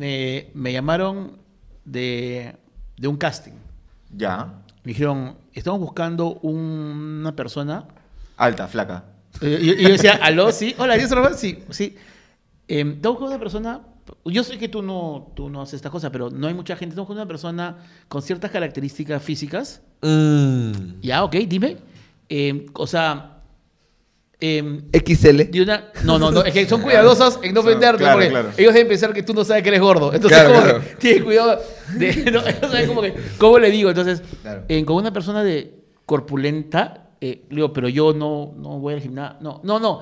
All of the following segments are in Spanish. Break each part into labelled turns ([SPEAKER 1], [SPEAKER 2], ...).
[SPEAKER 1] eh, me llamaron de, de un casting.
[SPEAKER 2] Ya.
[SPEAKER 1] Me dijeron, estamos buscando un- una persona.
[SPEAKER 2] Alta, flaca.
[SPEAKER 1] Eh, Y, y yo decía, aló, sí, hola, ¿sí, Rafa? Sí, sí. Eh, estamos buscando una persona. Yo sé que tú no, tú no haces estas cosas, pero no hay mucha gente. Estamos buscando una persona con ciertas características físicas.
[SPEAKER 3] Mm.
[SPEAKER 1] Ya, ok, dime. Eh, o sea. eh,
[SPEAKER 3] XL.
[SPEAKER 1] de una... No, no, no, es que son cuidadosos en no
[SPEAKER 2] Son-
[SPEAKER 1] ofenderte,
[SPEAKER 2] claro,
[SPEAKER 1] porque
[SPEAKER 2] claro.
[SPEAKER 1] ellos deben pensar que tú no sabes que eres gordo. Entonces,
[SPEAKER 3] Claro,
[SPEAKER 1] como
[SPEAKER 3] claro.
[SPEAKER 1] que tienes cuidado de no, no sabes como que, cómo le digo. Entonces,
[SPEAKER 3] Claro.
[SPEAKER 1] eh, con una persona de corpulenta, eh, le digo, pero yo no, no voy al gimnasio. No, no, no.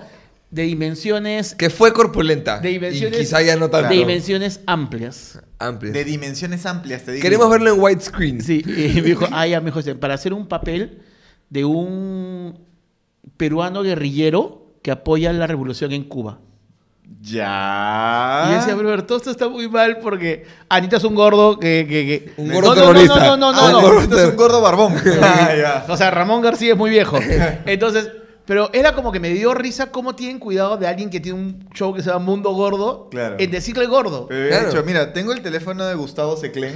[SPEAKER 1] De dimensiones,
[SPEAKER 3] Que fue corpulenta.
[SPEAKER 1] de dimensiones,
[SPEAKER 3] Y quizá ya no tanto.
[SPEAKER 1] de dimensiones amplias.
[SPEAKER 3] Amplias.
[SPEAKER 2] De dimensiones amplias, te digo.
[SPEAKER 3] Queremos verlo en widescreen.
[SPEAKER 1] Sí, y me dijo, ah, ya, me dijo, este, para hacer un papel de un peruano guerrillero que apoya la revolución en Cuba.
[SPEAKER 2] Ya.
[SPEAKER 1] Y yo
[SPEAKER 2] Ah.
[SPEAKER 1] decía, Robert, todo esto está muy mal porque Anita es un gordo que... que- que-
[SPEAKER 3] Un
[SPEAKER 1] No, no,
[SPEAKER 3] gordo terrorista.
[SPEAKER 1] No, no, no,
[SPEAKER 2] Ah,
[SPEAKER 1] no, no.
[SPEAKER 2] gordo, esto es un gordo barbón. Ah, ya.
[SPEAKER 1] O sea, Ramón García es muy viejo. Entonces, pero era como que me dio risa cómo tienen cuidado de alguien que tiene un show que se llama Mundo Gordo
[SPEAKER 2] Claro.
[SPEAKER 1] en decirle gordo.
[SPEAKER 2] Pero he
[SPEAKER 3] Claro.
[SPEAKER 2] dicho, mira, tengo el teléfono de Gustavo Seclén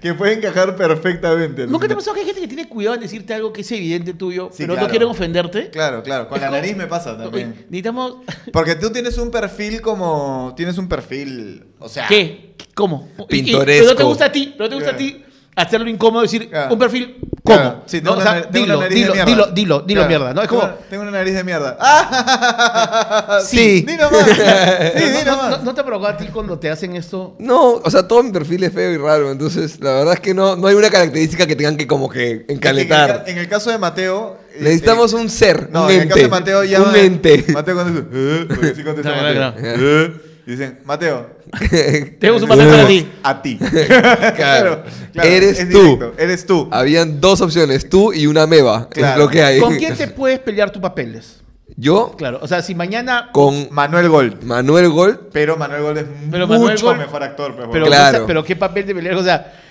[SPEAKER 2] que puede encajar perfectamente.
[SPEAKER 1] ¿Nunca te ha pasado que hay gente que tiene cuidado en decirte algo que es evidente tuyo,
[SPEAKER 2] Sí,
[SPEAKER 1] pero no
[SPEAKER 2] claro.
[SPEAKER 1] quieren ofenderte?
[SPEAKER 2] Claro, claro. Con
[SPEAKER 1] Es
[SPEAKER 2] la
[SPEAKER 1] como-
[SPEAKER 2] nariz me pasa
[SPEAKER 1] Oye,
[SPEAKER 2] también.
[SPEAKER 1] Necesitamos...
[SPEAKER 2] Porque tú tienes un perfil como. Tienes un perfil. O sea.
[SPEAKER 1] ¿Qué? ¿Cómo? Y- y-
[SPEAKER 3] Pintoresco.
[SPEAKER 1] pero no te gusta a ti, no te gusta a
[SPEAKER 2] Claro.
[SPEAKER 1] ti hacerlo incómodo, decir
[SPEAKER 2] Claro.
[SPEAKER 1] un perfil... ¿Cómo?
[SPEAKER 2] Claro. Sí, tengo
[SPEAKER 1] No, o
[SPEAKER 2] una
[SPEAKER 1] sea,
[SPEAKER 2] na- tengo una
[SPEAKER 1] dilo,
[SPEAKER 2] nariz de
[SPEAKER 1] dilo,
[SPEAKER 2] mierda.
[SPEAKER 1] dilo, dilo, dilo
[SPEAKER 2] Claro.
[SPEAKER 1] mierda. No, es como...
[SPEAKER 2] Tengo, tengo una nariz de mierda. ¡Ah!
[SPEAKER 3] Sí.
[SPEAKER 2] Di nomás. Sí,
[SPEAKER 1] Pero
[SPEAKER 2] di
[SPEAKER 1] no,
[SPEAKER 2] nomás.
[SPEAKER 1] no- no te provocó a ti cuando te hacen esto?
[SPEAKER 3] No, o sea, todo mi perfil es feo y raro. Entonces, la verdad es que no, no hay una característica que tengan que como que
[SPEAKER 2] En el,
[SPEAKER 3] encaletar.
[SPEAKER 2] ca- en el caso de Mateo. eh,
[SPEAKER 3] Necesitamos
[SPEAKER 2] eh,
[SPEAKER 3] un ser,
[SPEAKER 2] No,
[SPEAKER 3] un
[SPEAKER 2] en el caso
[SPEAKER 3] ente.
[SPEAKER 2] de Mateo ya.
[SPEAKER 3] un ente.
[SPEAKER 2] Mateo contesta. "Eh", porque sí contesta
[SPEAKER 1] Claro,
[SPEAKER 2] Mateo.
[SPEAKER 1] claro,
[SPEAKER 2] "Eh", y dicen, Mateo.
[SPEAKER 1] Tenemos un papel para ti.
[SPEAKER 2] A ti.
[SPEAKER 3] Claro. Eres
[SPEAKER 2] es
[SPEAKER 3] tú.
[SPEAKER 2] directo, Eres tú.
[SPEAKER 3] Habían dos opciones, tú y una meba. Es
[SPEAKER 2] Claro.
[SPEAKER 3] lo que hay.
[SPEAKER 1] ¿Con quién te puedes pelear tus papeles?
[SPEAKER 3] Yo
[SPEAKER 1] Claro, o sea, si mañana...
[SPEAKER 3] con
[SPEAKER 2] Manuel Gold.
[SPEAKER 3] Manuel Gold.
[SPEAKER 2] Pero Manuel Gold es
[SPEAKER 1] Pero
[SPEAKER 2] mucho
[SPEAKER 1] Manuel Gold-
[SPEAKER 2] mejor actor. pues, Pero,
[SPEAKER 1] Pero,
[SPEAKER 2] bueno.
[SPEAKER 3] Claro.
[SPEAKER 1] no sé, pero qué papel de pelear, o sea...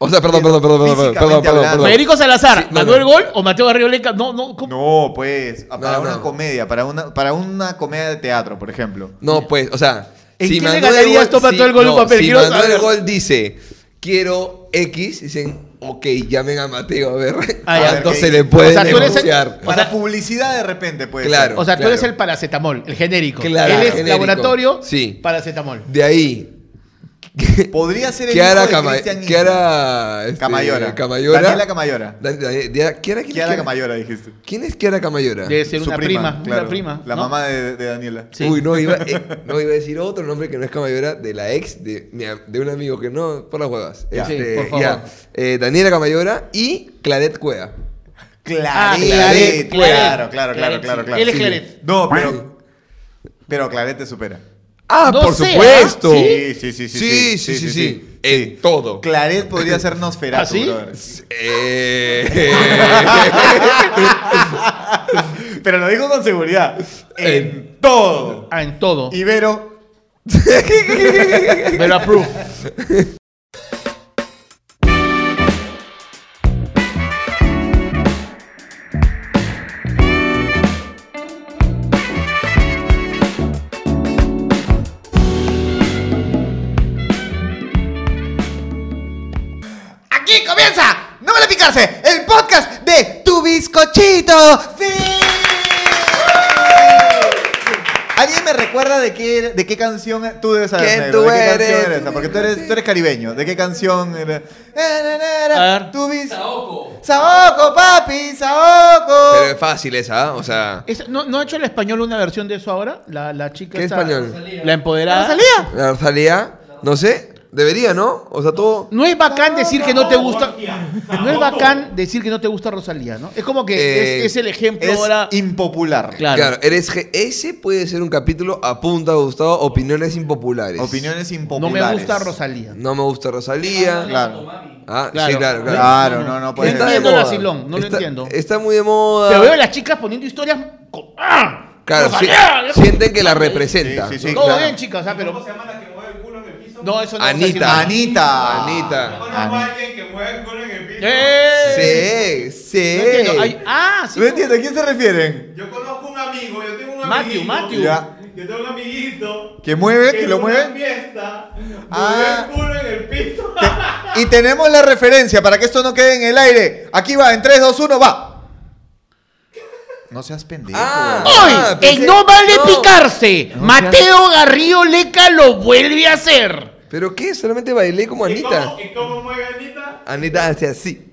[SPEAKER 3] O sea, perdón, perdón, perdón, perdón, perdón,
[SPEAKER 2] Físicamente
[SPEAKER 3] perdón,
[SPEAKER 2] hablando.
[SPEAKER 3] perdón.
[SPEAKER 1] Federico Salazar,
[SPEAKER 3] Sí, no,
[SPEAKER 1] Manuel
[SPEAKER 3] no.
[SPEAKER 1] Gol o Mateo Garrido Leca. No, no, ¿cómo?
[SPEAKER 2] No, pues. Para
[SPEAKER 3] No,
[SPEAKER 2] una
[SPEAKER 3] no.
[SPEAKER 2] comedia. Para una, para una comedia de teatro, por ejemplo.
[SPEAKER 3] No, pues, o sea,
[SPEAKER 1] ¿En qué le ganarías
[SPEAKER 3] Gold-
[SPEAKER 1] tú a Mateo el Gol un papel?
[SPEAKER 3] si
[SPEAKER 1] Quiero
[SPEAKER 3] Manuel
[SPEAKER 1] saber.
[SPEAKER 3] Gold dice, quiero X, dicen, ok, llamen a Mateo, a ver.
[SPEAKER 1] Ah, ya.
[SPEAKER 3] ¿Cuánto
[SPEAKER 2] Ok.
[SPEAKER 3] se le puede
[SPEAKER 1] O sea, tú eres el-
[SPEAKER 3] negociar?
[SPEAKER 1] o
[SPEAKER 2] Para
[SPEAKER 1] sea-
[SPEAKER 2] publicidad de repente, pues.
[SPEAKER 3] Claro.
[SPEAKER 1] O sea, tú
[SPEAKER 3] claro.
[SPEAKER 1] eres el paracetamol, el genérico.
[SPEAKER 3] Claro,
[SPEAKER 1] Él es
[SPEAKER 3] genérico.
[SPEAKER 1] laboratorio
[SPEAKER 3] Sí.
[SPEAKER 1] paracetamol.
[SPEAKER 3] De ahí,
[SPEAKER 2] Podría ser el
[SPEAKER 3] Kiara,
[SPEAKER 2] hijo de
[SPEAKER 3] Cama-
[SPEAKER 2] Cristian Inge.
[SPEAKER 3] Kiara este,
[SPEAKER 2] Camayora.
[SPEAKER 3] Camayora.
[SPEAKER 2] Daniela Camayora.
[SPEAKER 3] Dan- Dan- Dan- ¿Kiara, quién,
[SPEAKER 2] Kiara
[SPEAKER 3] es Kiara?
[SPEAKER 2] Camayora, dijiste.
[SPEAKER 3] ¿Quién es Kiara Camayora?
[SPEAKER 1] Debe ser
[SPEAKER 2] Su
[SPEAKER 1] una prima,
[SPEAKER 2] claro.
[SPEAKER 1] una prima.
[SPEAKER 2] La
[SPEAKER 1] ¿no?
[SPEAKER 2] mamá de, de Daniela.
[SPEAKER 1] Sí.
[SPEAKER 3] Uy, no iba, eh, no iba a decir otro nombre que no es Camayora, de la ex de, mi am- de un amigo que no, por las huevas.
[SPEAKER 1] Ya. Sí,
[SPEAKER 3] Este,
[SPEAKER 1] por favor.
[SPEAKER 3] ya. Eh, Daniela Camayora y Claret Cueva.
[SPEAKER 1] Claret,
[SPEAKER 2] Ah, Claret.
[SPEAKER 1] Claret.
[SPEAKER 2] Claro, claro, claro,
[SPEAKER 1] Claret,
[SPEAKER 2] claro,
[SPEAKER 1] sí.
[SPEAKER 2] claro.
[SPEAKER 1] Él es
[SPEAKER 2] Sí.
[SPEAKER 1] Claret.
[SPEAKER 2] No, pero. Pero Claret te supera.
[SPEAKER 3] Ah,
[SPEAKER 1] No
[SPEAKER 3] por
[SPEAKER 1] sé,
[SPEAKER 3] supuesto.
[SPEAKER 1] ¿ah?
[SPEAKER 2] Sí, sí, sí, sí.
[SPEAKER 3] Sí, sí, sí, sí. En todo.
[SPEAKER 2] Claret podría ser Nosferatu,
[SPEAKER 1] ¿Ah, sí?
[SPEAKER 2] brother.
[SPEAKER 3] Eh,
[SPEAKER 2] Pero lo digo con seguridad. En
[SPEAKER 3] En
[SPEAKER 2] todo.
[SPEAKER 1] Ah, en todo.
[SPEAKER 2] Ibero.
[SPEAKER 1] Pero approve.
[SPEAKER 2] Aquí comienza. No vale picarse. El podcast de Tu Bizcochito. ¡Sí! ¿Alguien me recuerda de qué, de qué canción tú debes saber?
[SPEAKER 3] ¿Quién
[SPEAKER 2] negro? ¿De
[SPEAKER 3] tú
[SPEAKER 2] qué
[SPEAKER 3] eres?
[SPEAKER 2] canción era esa? Porque tú eres, tú eres caribeño. ¿De qué canción era?
[SPEAKER 1] A ver.
[SPEAKER 2] Tu bis... Saoco. Saoco, papi, Saoco.
[SPEAKER 3] Pero es fácil esa, ¿ah? o sea.
[SPEAKER 1] Es- ¿No, ¿No ha hecho el español una versión de eso ahora? La, la chica
[SPEAKER 3] ¿Qué
[SPEAKER 1] esta-
[SPEAKER 3] español?
[SPEAKER 1] La empoderada.
[SPEAKER 2] ¿Salía?
[SPEAKER 3] La Rosalía, no sé, debería, ¿no? O sea, todo.
[SPEAKER 1] No es bacán decir que no te gusta. No es bacán decir que no te gusta Rosalía, ¿no? Es como que
[SPEAKER 3] Eh,
[SPEAKER 1] es, es el ejemplo
[SPEAKER 2] Es
[SPEAKER 1] ahora.
[SPEAKER 2] impopular.
[SPEAKER 1] Claro.
[SPEAKER 3] Claro, eres G- ese puede ser un capítulo apunta, Gustavo, opiniones impopulares.
[SPEAKER 2] Opiniones
[SPEAKER 1] No
[SPEAKER 2] impopulares.
[SPEAKER 1] me gusta Rosalía.
[SPEAKER 3] No me gusta Rosalía.
[SPEAKER 2] Claro.
[SPEAKER 3] Ah,
[SPEAKER 1] Claro.
[SPEAKER 3] sí, claro, claro.
[SPEAKER 2] Claro, no, no
[SPEAKER 3] Ah, pues.
[SPEAKER 2] puede
[SPEAKER 1] Está
[SPEAKER 2] ser.
[SPEAKER 1] de entiendo la Silón, no lo
[SPEAKER 3] Está-
[SPEAKER 1] entiendo.
[SPEAKER 3] Está muy de moda.
[SPEAKER 1] Pero veo a las chicas poniendo historias con. ¡Ah!
[SPEAKER 3] Claro, sí-
[SPEAKER 1] Rosalía, ¿no?
[SPEAKER 3] sienten que la representa.
[SPEAKER 2] Sí, sí, sí.
[SPEAKER 1] Todo
[SPEAKER 2] claro.
[SPEAKER 1] bien, chicas, o sea, Ah, pero.
[SPEAKER 4] se llama la que mueve el culo en el piso?
[SPEAKER 1] No, eso no
[SPEAKER 3] Anita.
[SPEAKER 1] es
[SPEAKER 2] Anita.
[SPEAKER 3] Anita.
[SPEAKER 4] Conozco
[SPEAKER 2] Ani-
[SPEAKER 4] a alguien que mueve el culo en el piso.
[SPEAKER 1] ¡Eh!
[SPEAKER 3] Sí, sí.
[SPEAKER 1] No entiendo. Ay, ah, sí.
[SPEAKER 2] No entiendo, ¿a quién se refieren?
[SPEAKER 4] Yo conozco un amigo, yo tengo un
[SPEAKER 1] Matthew,
[SPEAKER 4] amigo.
[SPEAKER 1] Matthew.
[SPEAKER 2] Ya.
[SPEAKER 4] Yo tengo un amiguito.
[SPEAKER 2] ¿Que mueve? ¿Que
[SPEAKER 4] en
[SPEAKER 2] lo
[SPEAKER 4] una
[SPEAKER 2] mueve?
[SPEAKER 4] fiesta.
[SPEAKER 2] Ah.
[SPEAKER 4] Movió el culo en el piso.
[SPEAKER 2] Y tenemos la referencia para que esto no quede en el aire. Aquí va, en 3, 2, 1, va. No seas pendejo.
[SPEAKER 3] Ah.
[SPEAKER 1] Hoy,
[SPEAKER 3] pensé-
[SPEAKER 1] en No Vale
[SPEAKER 3] no.
[SPEAKER 1] Picarse,
[SPEAKER 2] No,
[SPEAKER 1] Mateo Garrido Leca lo vuelve a hacer.
[SPEAKER 3] ¿Pero qué? Solamente bailé como
[SPEAKER 4] ¿Y
[SPEAKER 3] Anita.
[SPEAKER 4] cómo, ¿Y cómo mueve Anita?
[SPEAKER 3] Anita hace así.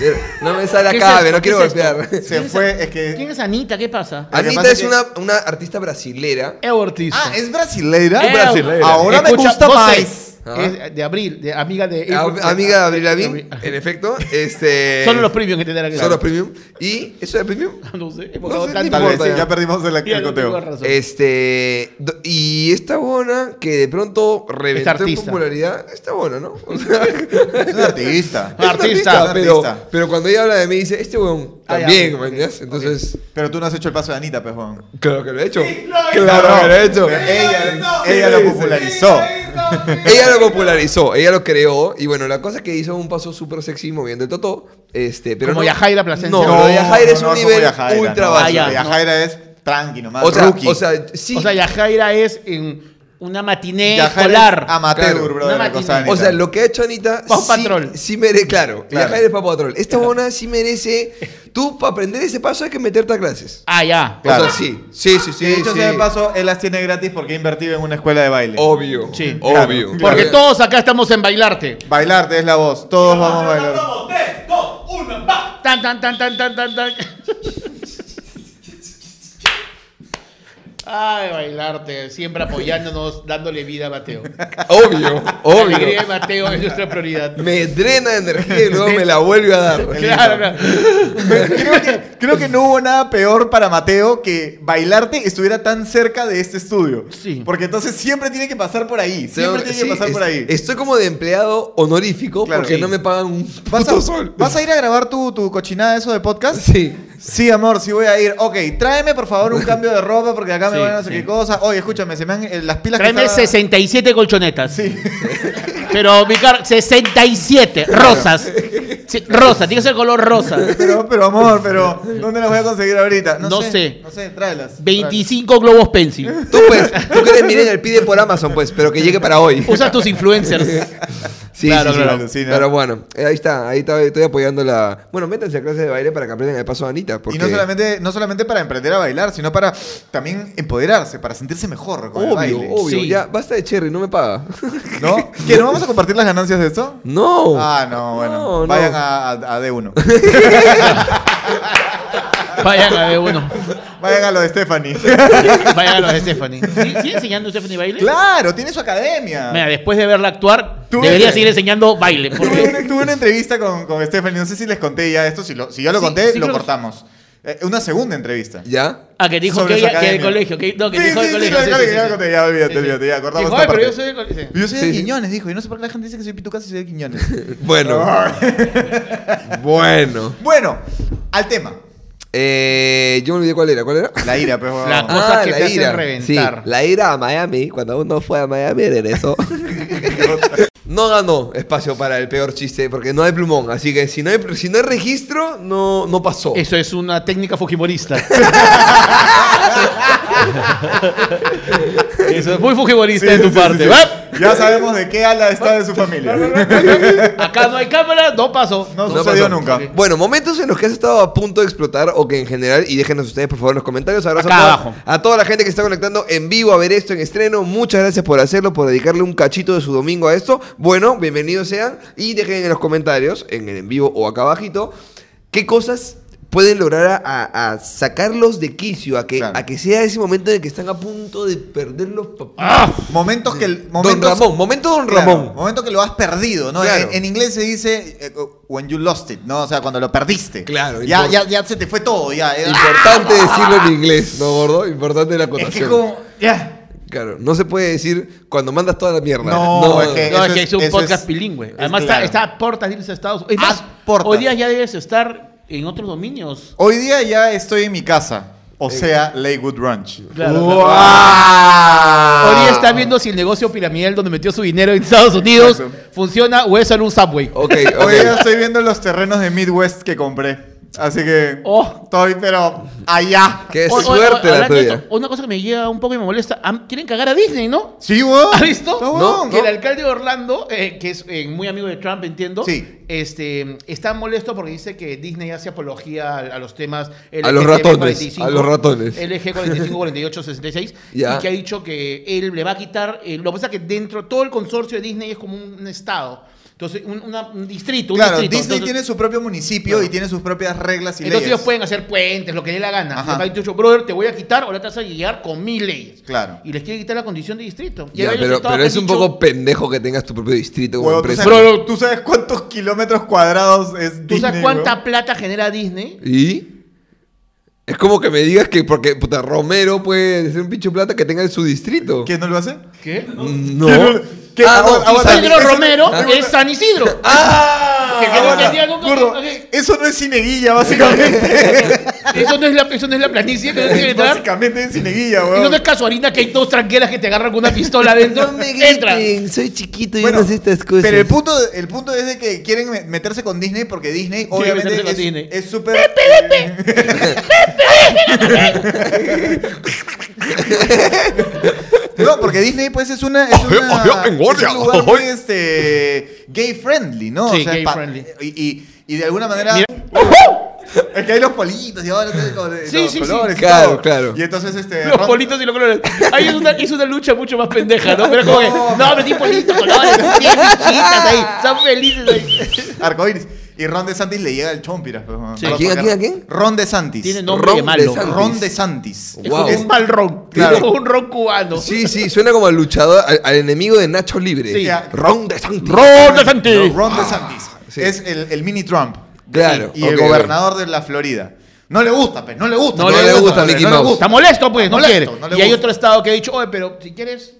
[SPEAKER 3] Pero No me sale
[SPEAKER 1] ¿Qué
[SPEAKER 3] a
[SPEAKER 1] es
[SPEAKER 3] cabe,
[SPEAKER 1] esto?
[SPEAKER 3] no quiero
[SPEAKER 1] ¿Qué es esto?
[SPEAKER 3] golpear.
[SPEAKER 2] Se fue, es que.
[SPEAKER 1] ¿Quién es Anita? ¿Qué pasa?
[SPEAKER 2] Lo que
[SPEAKER 3] Anita
[SPEAKER 2] pasa es
[SPEAKER 3] es
[SPEAKER 2] que-
[SPEAKER 3] una, una artista brasilera.
[SPEAKER 1] Ebortista.
[SPEAKER 2] Ah, ¿es brasileira?
[SPEAKER 1] Eh,
[SPEAKER 2] brasileira. Ahora me
[SPEAKER 1] escucha,
[SPEAKER 2] gusta
[SPEAKER 1] José,
[SPEAKER 2] más.
[SPEAKER 3] Ah.
[SPEAKER 1] Es de abril, de amiga de.
[SPEAKER 3] ab- Amiga de Abril Lavigne,
[SPEAKER 1] Abril-
[SPEAKER 3] en efecto. Este,
[SPEAKER 1] Solo los premium que tendrá que
[SPEAKER 3] Son los premium. ¿Y eso de premium?
[SPEAKER 1] No sé, he
[SPEAKER 3] No
[SPEAKER 1] botado
[SPEAKER 3] sé,
[SPEAKER 1] tanto.
[SPEAKER 3] no
[SPEAKER 2] Tal vez,
[SPEAKER 3] importa
[SPEAKER 2] sí,
[SPEAKER 3] ya.
[SPEAKER 2] ya perdimos el, el
[SPEAKER 1] Mira, no tengo
[SPEAKER 2] conteo.
[SPEAKER 1] razón.
[SPEAKER 3] Este. do- Y esta bona que de pronto reventó en
[SPEAKER 1] artista.
[SPEAKER 3] popularidad. Está bona, ¿no? O sea,
[SPEAKER 2] Es un artista.
[SPEAKER 1] Ah. Artista,
[SPEAKER 2] un
[SPEAKER 3] pero,
[SPEAKER 2] artista.
[SPEAKER 3] pero cuando ella habla de mí dice, este weón
[SPEAKER 1] Ah, ya,
[SPEAKER 3] también,
[SPEAKER 1] ok,
[SPEAKER 3] ¿me entiendes? Entonces,
[SPEAKER 2] Pero tú no has hecho el paso de Anita, pues, Juan.
[SPEAKER 3] claro que lo he hecho.
[SPEAKER 4] Sí, lo hizo.
[SPEAKER 3] claro que lo he hecho.
[SPEAKER 2] Pero
[SPEAKER 4] Sí,
[SPEAKER 2] ella-
[SPEAKER 4] hizo.
[SPEAKER 2] ella lo
[SPEAKER 4] Sí,
[SPEAKER 2] popularizó.
[SPEAKER 4] hizo, sí,
[SPEAKER 3] Ella lo
[SPEAKER 4] hizo.
[SPEAKER 3] popularizó, ella lo creó. Y bueno, la cosa es que hizo un paso súper sexy moviendo el totó. Este, pero
[SPEAKER 1] Como
[SPEAKER 3] no,
[SPEAKER 1] Yajaira Plasencia.
[SPEAKER 3] No,
[SPEAKER 1] No,
[SPEAKER 3] lo de Yajaira es
[SPEAKER 2] no,
[SPEAKER 3] un
[SPEAKER 2] no,
[SPEAKER 3] nivel
[SPEAKER 2] como Yajaira,
[SPEAKER 3] ultra
[SPEAKER 2] no.
[SPEAKER 3] bajo.
[SPEAKER 1] Ah, ya.
[SPEAKER 2] Yajaira es tranqui nomás.
[SPEAKER 3] O sea,
[SPEAKER 2] rookie.
[SPEAKER 3] o sea, sí.
[SPEAKER 1] O sea, Yajaira es en una matiné
[SPEAKER 2] Yajaira es
[SPEAKER 1] escolar.
[SPEAKER 2] Amateur,
[SPEAKER 3] Claro.
[SPEAKER 2] bro.
[SPEAKER 1] Una
[SPEAKER 2] la cosa
[SPEAKER 1] matinee.
[SPEAKER 2] Anita.
[SPEAKER 3] O sea, lo que ha hecho Anita.
[SPEAKER 1] Pau
[SPEAKER 3] sí,
[SPEAKER 1] Patrol.
[SPEAKER 3] Sí merece, claro.
[SPEAKER 2] Claro.
[SPEAKER 3] Viajar es Pau Patrol. Esta bona sí merece. Tú, para aprender ese paso, hay que meterte a clases.
[SPEAKER 1] Ah, ya.
[SPEAKER 2] Claro.
[SPEAKER 3] O sea, sí. Sí, sí, sí.
[SPEAKER 2] Y dicho
[SPEAKER 3] sí.
[SPEAKER 2] sea de paso, él las tiene gratis porque ha invertido en una escuela de baile.
[SPEAKER 3] Obvio.
[SPEAKER 1] Sí.
[SPEAKER 3] Obvio.
[SPEAKER 2] Claro.
[SPEAKER 1] Porque
[SPEAKER 3] Claro.
[SPEAKER 1] todos acá estamos en bailarte.
[SPEAKER 2] Bailarte es la voz. Todos vamos a
[SPEAKER 4] hacer una
[SPEAKER 2] bailar.
[SPEAKER 4] promo. Tres, dos, uno, va.
[SPEAKER 1] Tan, tan, tan, tan, tan, tan, tan. Ay, bailarte. Siempre apoyándonos, dándole vida a Mateo.
[SPEAKER 3] Obvio.
[SPEAKER 1] La alegría de
[SPEAKER 3] Obvio.
[SPEAKER 1] Mateo es nuestra prioridad.
[SPEAKER 3] Me drena de energía y luego me la vuelve a dar.
[SPEAKER 1] Claro, claro.
[SPEAKER 2] creo, que, creo que no hubo nada peor para Mateo que bailarte estuviera tan cerca de este estudio.
[SPEAKER 1] Sí.
[SPEAKER 2] Porque entonces siempre tiene que pasar por ahí. Siempre tiene
[SPEAKER 3] Sí,
[SPEAKER 2] que pasar
[SPEAKER 3] es-
[SPEAKER 2] por ahí.
[SPEAKER 3] Estoy como de empleado honorífico
[SPEAKER 2] Claro.
[SPEAKER 3] porque
[SPEAKER 2] Sí.
[SPEAKER 3] no me pagan un
[SPEAKER 2] ¿Vas
[SPEAKER 3] puto
[SPEAKER 2] a,
[SPEAKER 3] sol.
[SPEAKER 2] vas a ir a grabar tu, tu cochinada eso de podcast?
[SPEAKER 3] Sí.
[SPEAKER 2] Sí, amor, sí voy a ir. Ok, tráeme por favor un cambio de ropa porque acá me
[SPEAKER 1] Sí,
[SPEAKER 2] van a no sé
[SPEAKER 1] sí.
[SPEAKER 2] qué cosa. Oye, escúchame, se me han eh, las pilas que
[SPEAKER 1] Tráeme
[SPEAKER 2] estaban-
[SPEAKER 1] 67 colchonetas. Sí. Pero, mi car- 67. Rosas. Sí, rosa, tiene que ser color rosa.
[SPEAKER 2] Pero, pero amor, pero ¿dónde las voy a conseguir ahorita? No,
[SPEAKER 1] No
[SPEAKER 2] sé,
[SPEAKER 1] sé.
[SPEAKER 2] No sé, tráelas.
[SPEAKER 1] 25 globos pencil.
[SPEAKER 3] Tú, pues, tú que eres Millennial, pide por Amazon, pues, pero que llegue para hoy.
[SPEAKER 1] Usa tus influencers.
[SPEAKER 3] Sí,
[SPEAKER 1] Claro,
[SPEAKER 3] sí, sí.
[SPEAKER 1] claro.
[SPEAKER 2] Alucina.
[SPEAKER 3] Pero bueno, eh, ahí está, ahí está, estoy apoyando la. Bueno, métanse a clases de baile para que aprendan el paso de Anita. Porque...
[SPEAKER 2] Y no solamente, no solamente para emprender a bailar, sino para también empoderarse, para sentirse mejor con el
[SPEAKER 3] Obvio,
[SPEAKER 2] baile.
[SPEAKER 3] obvio.
[SPEAKER 1] Sí.
[SPEAKER 3] Ya, basta de Cherry, no me paga.
[SPEAKER 2] ¿No? ¿Que no vamos a compartir las ganancias de esto?
[SPEAKER 3] no.
[SPEAKER 2] Ah, no, bueno.
[SPEAKER 3] No, no.
[SPEAKER 2] Vayan a, a, a D1.
[SPEAKER 1] Vayan a ver uno.
[SPEAKER 2] Vayan a lo de Stephanie.
[SPEAKER 1] Vayan a los de Stephanie. ¿Sí- ¿Sigue enseñando Stephanie baile?
[SPEAKER 2] claro, tiene su academia.
[SPEAKER 1] Mira, después de verla actuar,
[SPEAKER 2] Tú-
[SPEAKER 1] debería seguir enseñando baile.
[SPEAKER 2] Tuve,
[SPEAKER 1] Porque...
[SPEAKER 2] una- tuve una entrevista con, con Stephanie, no sé si les conté ya esto, si, lo- si ya lo
[SPEAKER 1] Sí,
[SPEAKER 2] conté,
[SPEAKER 1] sí, creo
[SPEAKER 2] lo
[SPEAKER 1] que-
[SPEAKER 2] cortamos. Eh, una segunda entrevista.
[SPEAKER 3] ¿Ya?
[SPEAKER 1] Ah, que dijo
[SPEAKER 2] Sobre
[SPEAKER 1] que,
[SPEAKER 2] su
[SPEAKER 1] ella, que del
[SPEAKER 2] academia.
[SPEAKER 1] colegio. Que, no, que
[SPEAKER 2] Sí,
[SPEAKER 1] dijo del
[SPEAKER 2] sí, sí,
[SPEAKER 1] colegio.
[SPEAKER 2] lo
[SPEAKER 1] sí,
[SPEAKER 2] del colegio,
[SPEAKER 1] sí,
[SPEAKER 2] ya
[SPEAKER 1] sí.
[SPEAKER 2] lo conté, ya olvídate,
[SPEAKER 1] Sí, sí.
[SPEAKER 2] olvídate, ya cortamos
[SPEAKER 1] Dijo,
[SPEAKER 2] esta
[SPEAKER 1] "Ay, pero
[SPEAKER 2] parte".
[SPEAKER 1] yo soy del colegio. Sí.
[SPEAKER 2] Yo soy de
[SPEAKER 3] Sí, sí.
[SPEAKER 2] Quiñones, dijo, y no sé por qué la gente dice que soy pitucas y soy de Quiñones.
[SPEAKER 3] Bueno, bueno.
[SPEAKER 2] bueno, al tema.
[SPEAKER 3] Eh, yo me olvidé cuál era, ¿cuál era?
[SPEAKER 2] La ira, pues. huevón.
[SPEAKER 3] Ah,
[SPEAKER 1] La- Cosas que te hacen reventar.
[SPEAKER 3] Sí, la ira a Miami, cuando uno fue a Miami regresó. no ganó espacio para el peor chiste, porque no hay plumón. Así que si no hay, si no hay registro, no, no pasó.
[SPEAKER 1] Eso es una técnica fujimorista. Eso es muy
[SPEAKER 2] Sí,
[SPEAKER 1] fujimorista de
[SPEAKER 2] sí,
[SPEAKER 1] tu
[SPEAKER 2] sí,
[SPEAKER 1] parte.
[SPEAKER 2] sí,
[SPEAKER 1] ¿va?
[SPEAKER 2] sí. Ya sabemos de qué ala está de su familia.
[SPEAKER 1] Acá no hay cámara, no pasó.
[SPEAKER 2] No,
[SPEAKER 3] No
[SPEAKER 2] sucedió
[SPEAKER 3] pasó.
[SPEAKER 2] nunca.
[SPEAKER 1] Ok.
[SPEAKER 3] Bueno, momentos en los que has estado a punto de explotar o que en general, y déjenos ustedes por favor en los comentarios, abrazo
[SPEAKER 1] Acá
[SPEAKER 3] a, toda,
[SPEAKER 1] abajo.
[SPEAKER 3] a toda la gente que está conectando en vivo a ver esto en estreno, muchas gracias por hacerlo, por dedicarle un cachito de su domingo a esto, bueno, bienvenidos sean y dejen en los comentarios, en el en vivo o acá abajito, qué cosas pueden lograr a, a- a sacarlos de quicio, a que,
[SPEAKER 2] Claro.
[SPEAKER 3] a que sea ese momento en el que están a punto de perder los papeles.
[SPEAKER 1] ¡Ah!
[SPEAKER 2] Momentos que el.
[SPEAKER 3] Don
[SPEAKER 2] momentos-
[SPEAKER 3] Ramón, momento Don
[SPEAKER 2] Claro,
[SPEAKER 3] Ramón.
[SPEAKER 2] Momento que lo has perdido, ¿no?
[SPEAKER 3] Claro.
[SPEAKER 2] En, en inglés se dice eh, when you lost it, ¿no? O sea, cuando lo perdiste.
[SPEAKER 3] Claro,
[SPEAKER 2] Ya,
[SPEAKER 3] import-
[SPEAKER 2] ya, ya se te fue todo, ya. eh,
[SPEAKER 3] Importante decirlo en inglés, ¿no, gordo? Importante la
[SPEAKER 2] ah,
[SPEAKER 3] acotación.
[SPEAKER 2] es que como. Ya.
[SPEAKER 3] Claro, no se puede decir cuando mandas toda la mierda.
[SPEAKER 2] No, es que-
[SPEAKER 1] No,
[SPEAKER 2] Eso
[SPEAKER 1] es que
[SPEAKER 2] es-
[SPEAKER 1] es un
[SPEAKER 2] eso
[SPEAKER 1] podcast
[SPEAKER 2] es-
[SPEAKER 1] bilingüe.
[SPEAKER 2] es
[SPEAKER 1] Además,
[SPEAKER 2] claro. Ah,
[SPEAKER 1] está, está a portas de irse a Estados Unidos. Es
[SPEAKER 2] A
[SPEAKER 1] más,
[SPEAKER 2] portas.
[SPEAKER 1] hoy día ya debes estar en otros dominios.
[SPEAKER 2] Hoy día ya estoy en mi casa. O sea, Lakewood Ranch.
[SPEAKER 1] Claro,
[SPEAKER 2] ¡Wow! Ah.
[SPEAKER 1] Hoy día está viendo si el negocio piramidal donde metió su dinero en Estados Unidos
[SPEAKER 2] Exacto. Oh.
[SPEAKER 1] funciona o es solo un subway.
[SPEAKER 3] Ok, ok.
[SPEAKER 2] Hoy día estoy viendo los terrenos de Midwest que compré. Así que
[SPEAKER 1] Oh.
[SPEAKER 2] estoy, pero allá.
[SPEAKER 3] Qué
[SPEAKER 1] O- o- o-
[SPEAKER 3] suerte la
[SPEAKER 1] hablando de
[SPEAKER 3] tuya.
[SPEAKER 1] esto, una cosa que me llega un poco y me molesta. am- Quieren cagar a Disney, ¿no?
[SPEAKER 2] ¿Sí, weón?
[SPEAKER 1] ¿Has visto?
[SPEAKER 2] No,
[SPEAKER 3] No,
[SPEAKER 2] weón,
[SPEAKER 1] Que
[SPEAKER 2] no.
[SPEAKER 1] el alcalde de Orlando, eh, que es eh, muy amigo de Trump, entiendo,
[SPEAKER 2] Sí.
[SPEAKER 1] este, está molesto porque dice que Disney hace apología a, a los temas
[SPEAKER 3] A los
[SPEAKER 1] LGTB
[SPEAKER 3] ratones,
[SPEAKER 1] 45,
[SPEAKER 3] a los ratones.
[SPEAKER 1] LG 45, 48, 66,
[SPEAKER 3] Ya.
[SPEAKER 1] y que ha dicho que él le va a quitar, eh, lo que pasa es que dentro, todo el consorcio de Disney es como un estado. Entonces, un, una- un distrito. un
[SPEAKER 2] Claro,
[SPEAKER 1] distrito.
[SPEAKER 2] Disney
[SPEAKER 1] Entonces-
[SPEAKER 2] tiene su propio municipio
[SPEAKER 1] Claro.
[SPEAKER 2] y tiene sus propias reglas y
[SPEAKER 1] entonces
[SPEAKER 2] leyes.
[SPEAKER 1] ellos pueden hacer puentes, lo que dé la gana.
[SPEAKER 2] Ajá.
[SPEAKER 1] Le va a decir, brother, te voy a quitar, ahora te vas a guiar con mi leyes.
[SPEAKER 2] Claro.
[SPEAKER 1] Y les quiere quitar la condición de distrito. Y
[SPEAKER 3] Ya,
[SPEAKER 1] ellos
[SPEAKER 3] pero,
[SPEAKER 1] estaban
[SPEAKER 3] pero es un
[SPEAKER 1] dicho,
[SPEAKER 3] poco pendejo que tengas tu propio distrito como
[SPEAKER 2] Weón, ¿tú,
[SPEAKER 3] empresa.
[SPEAKER 2] sabes,
[SPEAKER 1] Bro,
[SPEAKER 2] tú sabes cuántos kilómetros cuadrados es Disney?
[SPEAKER 1] ¿Tú sabes cuánta
[SPEAKER 2] weón?
[SPEAKER 1] plata genera Disney?
[SPEAKER 3] ¿Y? Es como que me digas que porque puta, Romero puede ser un pinche plata que tenga en su distrito.
[SPEAKER 2] ¿Quién no lo hace?
[SPEAKER 1] ¿Qué?
[SPEAKER 3] No.
[SPEAKER 2] ¿Quién ¿Qué?
[SPEAKER 3] Ah,
[SPEAKER 2] Aguanta,
[SPEAKER 3] no,
[SPEAKER 2] aguanta.
[SPEAKER 1] Isidro
[SPEAKER 2] Ese-
[SPEAKER 1] Romero
[SPEAKER 2] Ah.
[SPEAKER 1] es San Isidro.
[SPEAKER 3] ¡Ah!
[SPEAKER 1] Que- que-
[SPEAKER 2] Aguanta.
[SPEAKER 1] que diga, no, no,
[SPEAKER 2] Gordo,
[SPEAKER 1] no, no.
[SPEAKER 2] Eso no es cineguilla, básicamente.
[SPEAKER 1] Eso no es la, eso no es la planicie que tiene que entrar.
[SPEAKER 2] básicamente es cineguilla,
[SPEAKER 1] Y no
[SPEAKER 2] weón.
[SPEAKER 1] es casualina que hay dos tranqueras que te agarran con una pistola adentro. Entra.
[SPEAKER 3] Soy chiquito y
[SPEAKER 2] Bueno,
[SPEAKER 3] no sé estas cosas.
[SPEAKER 2] Pero el punto, el punto es de que quieren me- meterse con Disney porque Disney obviamente
[SPEAKER 1] meterse con
[SPEAKER 2] es-
[SPEAKER 1] Disney.
[SPEAKER 2] es súper... No, porque Disney pues es una... Es,
[SPEAKER 3] Ojo,
[SPEAKER 2] una-
[SPEAKER 3] ojo, en guardia,
[SPEAKER 2] es un lugar
[SPEAKER 3] ojo.
[SPEAKER 2] muy este, gay friendly, ¿no?
[SPEAKER 1] Sí, gay
[SPEAKER 2] pa-
[SPEAKER 1] friendly.
[SPEAKER 2] Y, y- y de alguna manera...
[SPEAKER 1] Mira.
[SPEAKER 2] Es que hay los politos y ahora los,
[SPEAKER 1] Sí,
[SPEAKER 2] los
[SPEAKER 1] sí, sí.
[SPEAKER 2] colores y
[SPEAKER 3] Claro,
[SPEAKER 2] todo.
[SPEAKER 3] claro.
[SPEAKER 2] Y entonces este...
[SPEAKER 1] Los
[SPEAKER 2] Ron-
[SPEAKER 1] politos y los colores. Ahí es una, es una lucha mucho más pendeja, ¿no? Pero como que, no, metí politos, colores, tienen bichitas ahí, son felices ahí.
[SPEAKER 2] Arcoiris. Y Ron DeSantis le llega el pues, chompira.
[SPEAKER 1] Sí.
[SPEAKER 3] ¿A quién, a quién, a quién?
[SPEAKER 2] Ron DeSantis.
[SPEAKER 1] Tiene nombre
[SPEAKER 3] Ron
[SPEAKER 1] de malo.
[SPEAKER 3] de Santis.
[SPEAKER 2] Ron DeSantis.
[SPEAKER 1] Es
[SPEAKER 3] Wow.
[SPEAKER 1] como un mal ron.
[SPEAKER 2] Claro.
[SPEAKER 1] Es como un ron cubano.
[SPEAKER 3] Sí, sí, suena como al luchador, al, al enemigo de Nacho Libre.
[SPEAKER 1] Sí.
[SPEAKER 3] Ron de Santi.
[SPEAKER 1] Ron de
[SPEAKER 2] No,
[SPEAKER 1] Santis.
[SPEAKER 2] Ron DeSantis.
[SPEAKER 3] Ah, Sí.
[SPEAKER 2] Es el, el mini Trump.
[SPEAKER 3] Claro,
[SPEAKER 2] Y, y
[SPEAKER 3] ok,
[SPEAKER 2] el gobernador de la Florida. No le gusta, pues. No le gusta.
[SPEAKER 1] No le
[SPEAKER 3] gusta
[SPEAKER 2] pues,
[SPEAKER 3] Mickey
[SPEAKER 2] no le
[SPEAKER 3] Mouse.
[SPEAKER 1] Está molesto, pues, no,
[SPEAKER 2] Molesto,
[SPEAKER 1] quiere.
[SPEAKER 2] no le
[SPEAKER 1] y hay
[SPEAKER 2] gusta.
[SPEAKER 1] otro estado que ha dicho, oye, pero si quieres,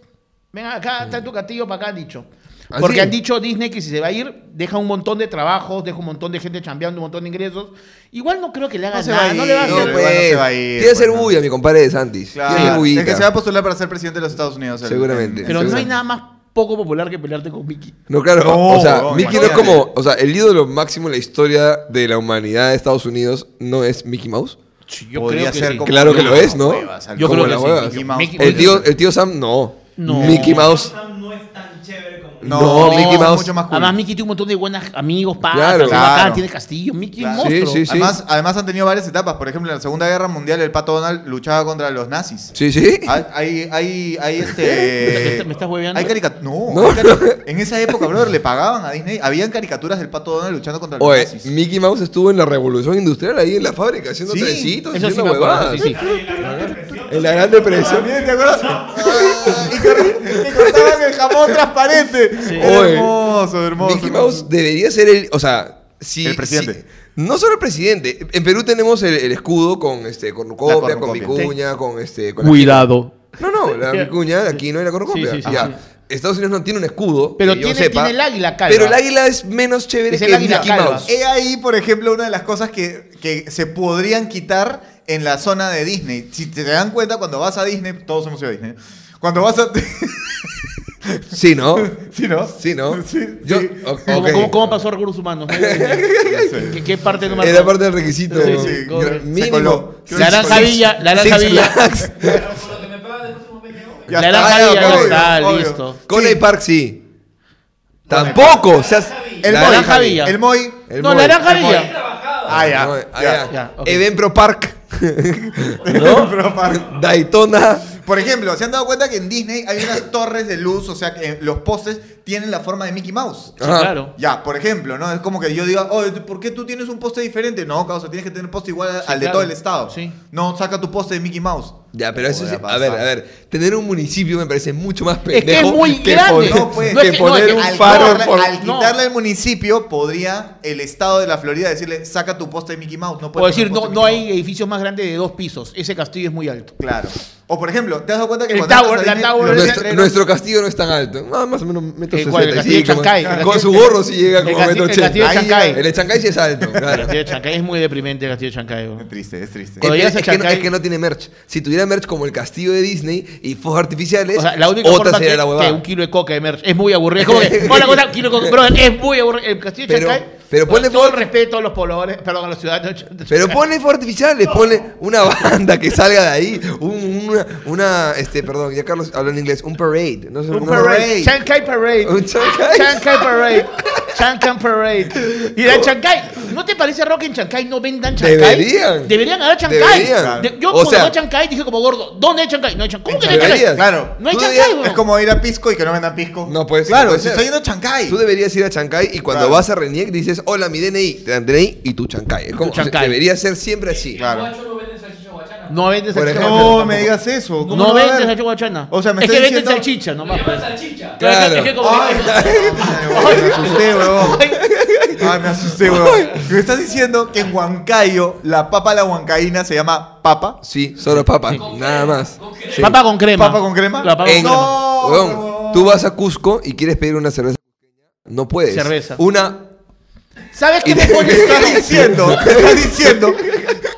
[SPEAKER 1] ven acá, está en tu castillo para acá, han dicho.
[SPEAKER 3] ¿Ah,
[SPEAKER 1] Porque
[SPEAKER 3] sí?
[SPEAKER 1] han dicho Disney que si se va a ir, deja un montón de trabajos, deja un montón de gente chambeando, un montón de ingresos. Igual no creo que le haga
[SPEAKER 2] No se va
[SPEAKER 1] nada,
[SPEAKER 2] a
[SPEAKER 1] no le va a
[SPEAKER 2] ir,
[SPEAKER 1] hacer.
[SPEAKER 3] No,
[SPEAKER 2] no
[SPEAKER 3] pues,
[SPEAKER 2] se va a ir,
[SPEAKER 3] Quiere hacer
[SPEAKER 2] pues, no.
[SPEAKER 3] bulla, mi compadre de Santis. Quiere hacer
[SPEAKER 2] Claro.
[SPEAKER 3] bullita.
[SPEAKER 2] El que se va a postular para ser presidente de los Estados Unidos. el-
[SPEAKER 3] Seguramente.
[SPEAKER 2] el-
[SPEAKER 1] Pero no hay
[SPEAKER 3] Seguramente.
[SPEAKER 1] nada más poco popular que pelearte con Mickey.
[SPEAKER 3] No, claro,
[SPEAKER 2] No,
[SPEAKER 3] o sea,
[SPEAKER 2] weón,
[SPEAKER 3] Mickey no es
[SPEAKER 2] imagínate.
[SPEAKER 3] como, o sea, el ídolo máximo en la historia de la humanidad de Estados Unidos no es Mickey Mouse.
[SPEAKER 1] Yo
[SPEAKER 2] Podría
[SPEAKER 1] creo que
[SPEAKER 2] ser
[SPEAKER 1] sí.
[SPEAKER 2] como-
[SPEAKER 3] Claro que lo es, ¿no?
[SPEAKER 2] Huevas,
[SPEAKER 1] Yo creo
[SPEAKER 3] Como
[SPEAKER 1] que
[SPEAKER 3] la
[SPEAKER 1] sí.
[SPEAKER 3] huevas.
[SPEAKER 2] Mickey Mouse.
[SPEAKER 1] Mickey-
[SPEAKER 3] El tío, el tío Sam no.
[SPEAKER 1] No.
[SPEAKER 3] Mickey Mouse.
[SPEAKER 4] Sam no es tan chévere como.
[SPEAKER 2] No,
[SPEAKER 3] No, Mickey
[SPEAKER 2] Mickey
[SPEAKER 3] Mouse.
[SPEAKER 2] Mouse. Mucho más cool.
[SPEAKER 1] Además, Mickey tiene un montón de buenos amigos, patas,
[SPEAKER 3] Claro.
[SPEAKER 1] es bacán,
[SPEAKER 2] Claro.
[SPEAKER 1] tiene castillo. Mickey es
[SPEAKER 2] Claro.
[SPEAKER 1] un monstruo.
[SPEAKER 3] Sí, sí, sí.
[SPEAKER 2] Además, además han tenido varias etapas. Por ejemplo, en la Segunda Guerra Mundial el Pato Donald luchaba contra los nazis.
[SPEAKER 3] Sí, sí.
[SPEAKER 2] Hay, hay, hay, hay, este.
[SPEAKER 1] ¿Me estás hueveando?
[SPEAKER 2] Hay caricaturas. No,
[SPEAKER 3] No.
[SPEAKER 2] hay cari- en esa época, brother, le pagaban a Disney. Habían caricaturas del pato Donald luchando contra los
[SPEAKER 3] Oye,
[SPEAKER 2] nazis.
[SPEAKER 3] Mickey Mouse estuvo en la revolución industrial ahí en la fábrica haciendo
[SPEAKER 2] Sí,
[SPEAKER 3] trencitos,
[SPEAKER 1] Eso sí
[SPEAKER 3] haciendo
[SPEAKER 1] me acuerdo,
[SPEAKER 3] huevadas.
[SPEAKER 1] sí, sí.
[SPEAKER 3] En la Gran Depresión.
[SPEAKER 2] También, ¿te acuerdas? Ah, y cor- y cortaban el jamón transparente. Era
[SPEAKER 3] Oye,
[SPEAKER 2] hermoso, hermoso.
[SPEAKER 3] Mickey Mouse debería ser el, o sea, si
[SPEAKER 2] El presidente.
[SPEAKER 3] si- no solo el presidente. En Perú tenemos el, el escudo con este cornucopia, con
[SPEAKER 2] cornucopia.
[SPEAKER 3] vicuña, con este con la
[SPEAKER 1] Cuidado.
[SPEAKER 3] quinoa. No, no, la vicuña, la quinoa y la cornucopia.
[SPEAKER 1] Sí, sí, sí,
[SPEAKER 3] Ya.
[SPEAKER 1] sí.
[SPEAKER 3] Estados Unidos no tiene un escudo,
[SPEAKER 1] Pero
[SPEAKER 3] que yo
[SPEAKER 1] tiene-
[SPEAKER 3] sepa,
[SPEAKER 1] tiene el águila calva.
[SPEAKER 3] Pero el águila es menos chévere
[SPEAKER 1] Es
[SPEAKER 3] que
[SPEAKER 1] el águila
[SPEAKER 3] Mickey
[SPEAKER 1] calva.
[SPEAKER 3] Mouse.
[SPEAKER 2] He ahí, por ejemplo, una de las cosas que, que se podrían quitar en la zona de Disney. Si te dan cuenta, cuando vas a Disney, todos hemos ido a Disney. Cuando vas a.
[SPEAKER 3] Sí, ¿no?
[SPEAKER 2] ¿Sí, no?
[SPEAKER 3] Sí, ¿no?
[SPEAKER 2] Sí,
[SPEAKER 3] Yo-
[SPEAKER 2] sí.
[SPEAKER 3] o-
[SPEAKER 1] ¿Cómo,
[SPEAKER 3] ok.
[SPEAKER 1] cómo- cómo pasó recursos humanos? ¿Qué, qué parte no marcó?
[SPEAKER 3] Era parte del requisito.
[SPEAKER 1] Sí,
[SPEAKER 2] Sí,
[SPEAKER 1] sí, corre.
[SPEAKER 2] se
[SPEAKER 3] Mínimo.
[SPEAKER 2] coló.
[SPEAKER 1] La naranja villa, la naranja
[SPEAKER 3] Six
[SPEAKER 1] villa.
[SPEAKER 3] Flags.
[SPEAKER 4] Con lo que me pagan de próximo PGO.
[SPEAKER 2] Ya
[SPEAKER 1] La
[SPEAKER 2] está,
[SPEAKER 1] naranja
[SPEAKER 2] ya,
[SPEAKER 1] villa, ya
[SPEAKER 2] obvio,
[SPEAKER 1] está,
[SPEAKER 2] obvio.
[SPEAKER 1] listo.
[SPEAKER 3] Coney
[SPEAKER 2] Sí.
[SPEAKER 3] Park sí.
[SPEAKER 2] Coney
[SPEAKER 3] Tampoco. seas-
[SPEAKER 2] El
[SPEAKER 1] La
[SPEAKER 2] Moy.
[SPEAKER 1] naranja villa.
[SPEAKER 2] El Moy.
[SPEAKER 3] El
[SPEAKER 1] no,
[SPEAKER 3] Moy.
[SPEAKER 1] la naranja
[SPEAKER 2] el Moy.
[SPEAKER 1] villa.
[SPEAKER 4] Trabajado.
[SPEAKER 2] Ah, ya.
[SPEAKER 3] No, ah,
[SPEAKER 2] ya.
[SPEAKER 3] ya.
[SPEAKER 1] Ya, ok.
[SPEAKER 3] Evenpro Park.
[SPEAKER 2] Pero para-
[SPEAKER 3] Daytona.
[SPEAKER 2] Por ejemplo, ¿se han dado cuenta que en Disney hay unas torres de luz? O sea, que eh, los postes tienen la forma de Mickey Mouse.
[SPEAKER 1] Sí,
[SPEAKER 3] Ajá.
[SPEAKER 1] claro.
[SPEAKER 2] Ya, por ejemplo, ¿no? Es como que yo diga, oye, ¿por qué tú tienes un poste diferente? No, causa, tienes que tener poste igual al de
[SPEAKER 1] claro.
[SPEAKER 2] todo el estado.
[SPEAKER 1] Sí.
[SPEAKER 2] No, saca tu poste de Mickey Mouse.
[SPEAKER 3] Ya, pero eso sí.
[SPEAKER 2] Podría
[SPEAKER 3] A ver,
[SPEAKER 2] pasar.
[SPEAKER 3] a ver. Tener un municipio me parece mucho más
[SPEAKER 1] que es
[SPEAKER 3] pendejo.
[SPEAKER 1] muy grande.
[SPEAKER 3] poner-
[SPEAKER 2] No, pues.
[SPEAKER 3] que
[SPEAKER 2] No, es
[SPEAKER 1] que- no,
[SPEAKER 3] poner
[SPEAKER 1] es que
[SPEAKER 3] un
[SPEAKER 2] Al,
[SPEAKER 3] faro
[SPEAKER 2] quitarle,
[SPEAKER 3] por-
[SPEAKER 2] al
[SPEAKER 1] no.
[SPEAKER 2] quitarle al municipio, podría el estado de la Florida decirle, saca tu poste de Mickey Mouse. No
[SPEAKER 1] O
[SPEAKER 3] pues,
[SPEAKER 2] puedes
[SPEAKER 1] decir,
[SPEAKER 2] poner
[SPEAKER 1] no,
[SPEAKER 2] poste de
[SPEAKER 1] no
[SPEAKER 2] Mickey
[SPEAKER 1] hay edificios más grandes de dos pisos. Ese castillo es muy alto.
[SPEAKER 2] Mouse". Claro. O por ejemplo, ¿te has dado cuenta que
[SPEAKER 1] El
[SPEAKER 2] cuando entras
[SPEAKER 1] tower,
[SPEAKER 2] a
[SPEAKER 1] la
[SPEAKER 2] Disney,
[SPEAKER 1] tower
[SPEAKER 2] los
[SPEAKER 1] es-
[SPEAKER 3] Nuestro,
[SPEAKER 2] letreros-
[SPEAKER 3] nuestro castillo no es tan alto. Ah, más o menos metro
[SPEAKER 1] Eh, ¿cuál? El castillo de
[SPEAKER 3] 65,
[SPEAKER 1] Chancay.
[SPEAKER 3] más-
[SPEAKER 1] El
[SPEAKER 3] Con su
[SPEAKER 1] castillo-
[SPEAKER 3] gorro sí llega
[SPEAKER 1] El
[SPEAKER 3] como
[SPEAKER 1] castillo-
[SPEAKER 3] metro
[SPEAKER 1] el castillo
[SPEAKER 3] 80.
[SPEAKER 1] de Chancay.
[SPEAKER 3] El de Chancay sí es alto.
[SPEAKER 1] El
[SPEAKER 3] Claro.
[SPEAKER 1] castillo de Chancay es muy deprimente el castillo de Chancay. bro.
[SPEAKER 2] Es triste, es triste.
[SPEAKER 1] Cuando
[SPEAKER 3] Es-
[SPEAKER 1] llegas a
[SPEAKER 3] es, que no,
[SPEAKER 1] Chancay-
[SPEAKER 3] es que no tiene merch. Si tuviera merch como el castillo de Disney y fuegos artificiales,
[SPEAKER 1] O sea, la única
[SPEAKER 3] otra
[SPEAKER 1] forma
[SPEAKER 3] sería
[SPEAKER 1] que,
[SPEAKER 3] la
[SPEAKER 1] que
[SPEAKER 3] huevada.
[SPEAKER 1] un kilo de coca de merch es muy aburrido. Es como que, hola, cosa, kilo de coca, brother, es muy aburrido. El castillo de
[SPEAKER 3] Pero,
[SPEAKER 1] Chancay
[SPEAKER 3] Pero
[SPEAKER 1] Con
[SPEAKER 3] ponle
[SPEAKER 1] todo el
[SPEAKER 3] fuego-
[SPEAKER 1] respeto a los pobladores, perdón, a los ciudadanos.
[SPEAKER 3] Pero ponle fuegos artificiales, ponle una banda que salga de ahí, un- una, una, este, perdón, ya Carlos habló en inglés, un parade, no sé,
[SPEAKER 1] un
[SPEAKER 3] una-
[SPEAKER 1] parade. Chancay Parade.
[SPEAKER 3] Un Chancay.
[SPEAKER 1] Chancay Parade. Chancay Parade. Y de Chancay. ¿No te parece, Rock, en Chancay no vendan Chancay?
[SPEAKER 3] Deberían.
[SPEAKER 1] Deberían dar Chancay.
[SPEAKER 3] Deberían.
[SPEAKER 1] De- yo
[SPEAKER 3] O
[SPEAKER 1] cuando
[SPEAKER 3] sea-
[SPEAKER 1] veo Chancay dije como gordo, ¿dónde hay Chancay? No hay Chancay. ¿Cómo que no hay
[SPEAKER 3] Deberías.
[SPEAKER 1] Chancay?
[SPEAKER 2] Claro.
[SPEAKER 1] No hay
[SPEAKER 3] Tú
[SPEAKER 1] Chancay,
[SPEAKER 3] deberías-
[SPEAKER 1] weón.
[SPEAKER 2] Es como ir a Pisco y que no vendan Pisco.
[SPEAKER 3] No puede ser,
[SPEAKER 2] Claro,
[SPEAKER 3] puede
[SPEAKER 2] si
[SPEAKER 3] ser.
[SPEAKER 2] estoy yendo a Chancay.
[SPEAKER 3] Tú deberías ir a Chancay y cuando
[SPEAKER 2] Claro.
[SPEAKER 3] vas a Reniec dices, hola, mi DNI, te dan DNI y tu Chancay. Es como-
[SPEAKER 1] Tu Chancay.
[SPEAKER 3] Debería ser siempre así.
[SPEAKER 2] Claro.
[SPEAKER 4] Guacho Ah, no venden salchicha guachana.
[SPEAKER 1] No vendes
[SPEAKER 3] Por
[SPEAKER 1] salchicha
[SPEAKER 3] ejemplo.
[SPEAKER 1] guachana
[SPEAKER 2] No me
[SPEAKER 1] tampoco.
[SPEAKER 2] digas eso. ¿cómo
[SPEAKER 1] No
[SPEAKER 2] va a
[SPEAKER 1] vendes
[SPEAKER 2] haber?
[SPEAKER 1] salchicha guachana.
[SPEAKER 2] O sea, me
[SPEAKER 1] es que
[SPEAKER 2] estás
[SPEAKER 1] venden
[SPEAKER 2] diciendo-
[SPEAKER 1] salchicha
[SPEAKER 4] No
[SPEAKER 1] nomás.
[SPEAKER 4] llevan
[SPEAKER 1] pues.
[SPEAKER 4] salchicha.
[SPEAKER 1] Pero es que-
[SPEAKER 3] Claro.
[SPEAKER 1] es que como-
[SPEAKER 2] Ay, madre, me asusté, huevón. Ay, me asusté, huevón. Me estás diciendo que en Huancayo la papa a la huancaína se llama papa.
[SPEAKER 3] Sí, solo papa,
[SPEAKER 4] Con
[SPEAKER 3] nada
[SPEAKER 4] crema,
[SPEAKER 3] más.
[SPEAKER 4] con crema.
[SPEAKER 3] Sí.
[SPEAKER 1] Papa con crema.
[SPEAKER 2] ¿Papa con crema?
[SPEAKER 1] La papa
[SPEAKER 3] En-
[SPEAKER 1] con crema.
[SPEAKER 2] No,
[SPEAKER 3] Huevón,
[SPEAKER 2] huevón.
[SPEAKER 3] tú vas a Cusco y quieres pedir una cerveza. No puedes.
[SPEAKER 1] Cerveza.
[SPEAKER 3] Una.
[SPEAKER 1] ¿Sabes qué me
[SPEAKER 2] Me estás diciendo, me estás diciendo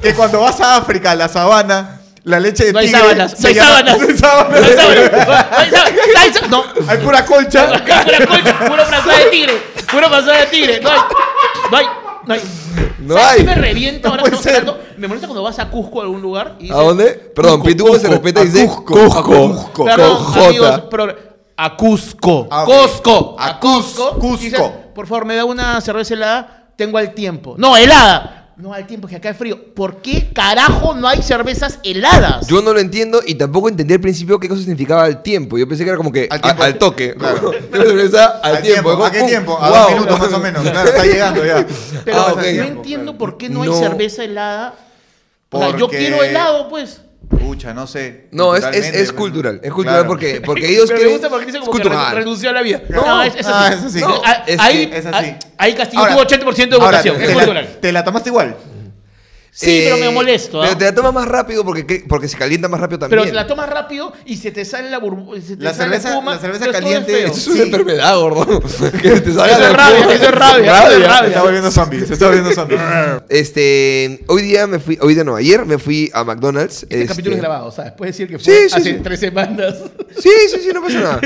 [SPEAKER 2] que cuando vas a África, a la sabana, la leche de
[SPEAKER 1] No hay
[SPEAKER 2] tigre
[SPEAKER 1] sábanas,
[SPEAKER 2] se
[SPEAKER 1] no hay
[SPEAKER 2] llama-
[SPEAKER 1] sábanas.
[SPEAKER 2] No
[SPEAKER 1] No hay
[SPEAKER 2] hay sábanas.
[SPEAKER 1] sábanas, no hay sábanas, no hay sábanas, No.
[SPEAKER 2] Hay pura colcha.
[SPEAKER 1] Pura colcha, puro brazo de tigre, puro brazo de tigre. No hay, no hay, no hay.
[SPEAKER 3] No
[SPEAKER 1] ¿Sabes
[SPEAKER 3] hay.
[SPEAKER 1] qué me reviento
[SPEAKER 2] No
[SPEAKER 1] ahora
[SPEAKER 2] puede
[SPEAKER 1] que estamos
[SPEAKER 2] ser.
[SPEAKER 1] hablando? Me molesta cuando vas a Cusco a algún lugar y
[SPEAKER 3] ¿A
[SPEAKER 1] dices,
[SPEAKER 3] dónde? Perdón, Pituco se respeta y
[SPEAKER 2] a
[SPEAKER 3] dice
[SPEAKER 2] Cusco,
[SPEAKER 3] Cusco.
[SPEAKER 2] a Cusco.
[SPEAKER 1] Perdón,
[SPEAKER 3] Con J.
[SPEAKER 1] amigos, pero- a Cusco,
[SPEAKER 2] Ah, ok.
[SPEAKER 1] Cusco,
[SPEAKER 2] A
[SPEAKER 1] a Cusco.
[SPEAKER 2] Cus- Cusco.
[SPEAKER 1] Dices, por favor, me da una cerveza helada, tengo al tiempo. No, helada. No, al tiempo, que acá es frío. ¿Por qué carajo no hay cervezas heladas?
[SPEAKER 3] Yo no lo entiendo y tampoco entendí al principio qué cosa significaba el tiempo. Yo pensé que era como que a-
[SPEAKER 2] Al
[SPEAKER 3] al,
[SPEAKER 2] tiempo.
[SPEAKER 3] toque.
[SPEAKER 2] Claro.
[SPEAKER 3] Yo pensaba al,
[SPEAKER 2] Al tiempo,
[SPEAKER 3] como,
[SPEAKER 2] ¿a qué
[SPEAKER 3] uh,
[SPEAKER 2] tiempo? A
[SPEAKER 3] wow.
[SPEAKER 2] dos minutos más o menos. Claro, está llegando ya.
[SPEAKER 1] Pero
[SPEAKER 3] Ah,
[SPEAKER 2] Pasa
[SPEAKER 3] ok.
[SPEAKER 2] el
[SPEAKER 1] no
[SPEAKER 2] tiempo,
[SPEAKER 1] entiendo
[SPEAKER 2] claro.
[SPEAKER 1] por qué no, hay
[SPEAKER 3] No.
[SPEAKER 1] cerveza helada. O sea, yo
[SPEAKER 2] Porque-
[SPEAKER 1] quiero helado, pues.
[SPEAKER 2] Pucha, no sé.
[SPEAKER 3] No, es, es,
[SPEAKER 2] Totalmente,
[SPEAKER 3] es
[SPEAKER 2] bueno.
[SPEAKER 3] cultural. Es cultural
[SPEAKER 2] Claro.
[SPEAKER 3] porque, porque ellos
[SPEAKER 1] Pero me
[SPEAKER 3] quieren.
[SPEAKER 1] gusta porque dice como
[SPEAKER 3] es
[SPEAKER 1] que
[SPEAKER 3] cultural.
[SPEAKER 1] re- renunció a la vida.
[SPEAKER 2] No.
[SPEAKER 1] No, es, es así.
[SPEAKER 2] Ah, es así.
[SPEAKER 1] No,
[SPEAKER 2] No,
[SPEAKER 1] a-
[SPEAKER 3] es
[SPEAKER 1] ahí,
[SPEAKER 2] que es así.
[SPEAKER 1] a- ahí Castillo
[SPEAKER 2] Ahora-
[SPEAKER 1] tuvo 80% de
[SPEAKER 2] ahora,
[SPEAKER 1] votación.
[SPEAKER 2] te
[SPEAKER 1] es
[SPEAKER 2] la-
[SPEAKER 1] cultural.
[SPEAKER 2] Te la tomaste igual.
[SPEAKER 1] Sí, pero me
[SPEAKER 3] Eh,
[SPEAKER 1] molesto. ¿ah?
[SPEAKER 3] Pero te la tomas más rápido porque, cre- porque se calienta más rápido también.
[SPEAKER 1] Pero te la tomas rápido y se te sale la burbuja.
[SPEAKER 2] La cerveza- la cerveza caliente
[SPEAKER 3] Eso es
[SPEAKER 2] Sí.
[SPEAKER 3] una enfermedad, gordo. que te salga
[SPEAKER 1] Eso es
[SPEAKER 3] la
[SPEAKER 1] rabia,
[SPEAKER 3] pura-
[SPEAKER 1] eso es rabia, eso es
[SPEAKER 2] Se
[SPEAKER 1] rabia.
[SPEAKER 2] está volviendo zombie. Se está volviendo zombie.
[SPEAKER 3] Este, hoy día me fui, hoy día no, ayer me fui a McDonald's.
[SPEAKER 1] Este capítulo es
[SPEAKER 3] este-
[SPEAKER 1] grabado, o sea, puedes decir que fue
[SPEAKER 3] Sí, sí,
[SPEAKER 1] hace
[SPEAKER 3] sí.
[SPEAKER 1] tres semanas.
[SPEAKER 3] Sí, sí, sí, no pasa nada.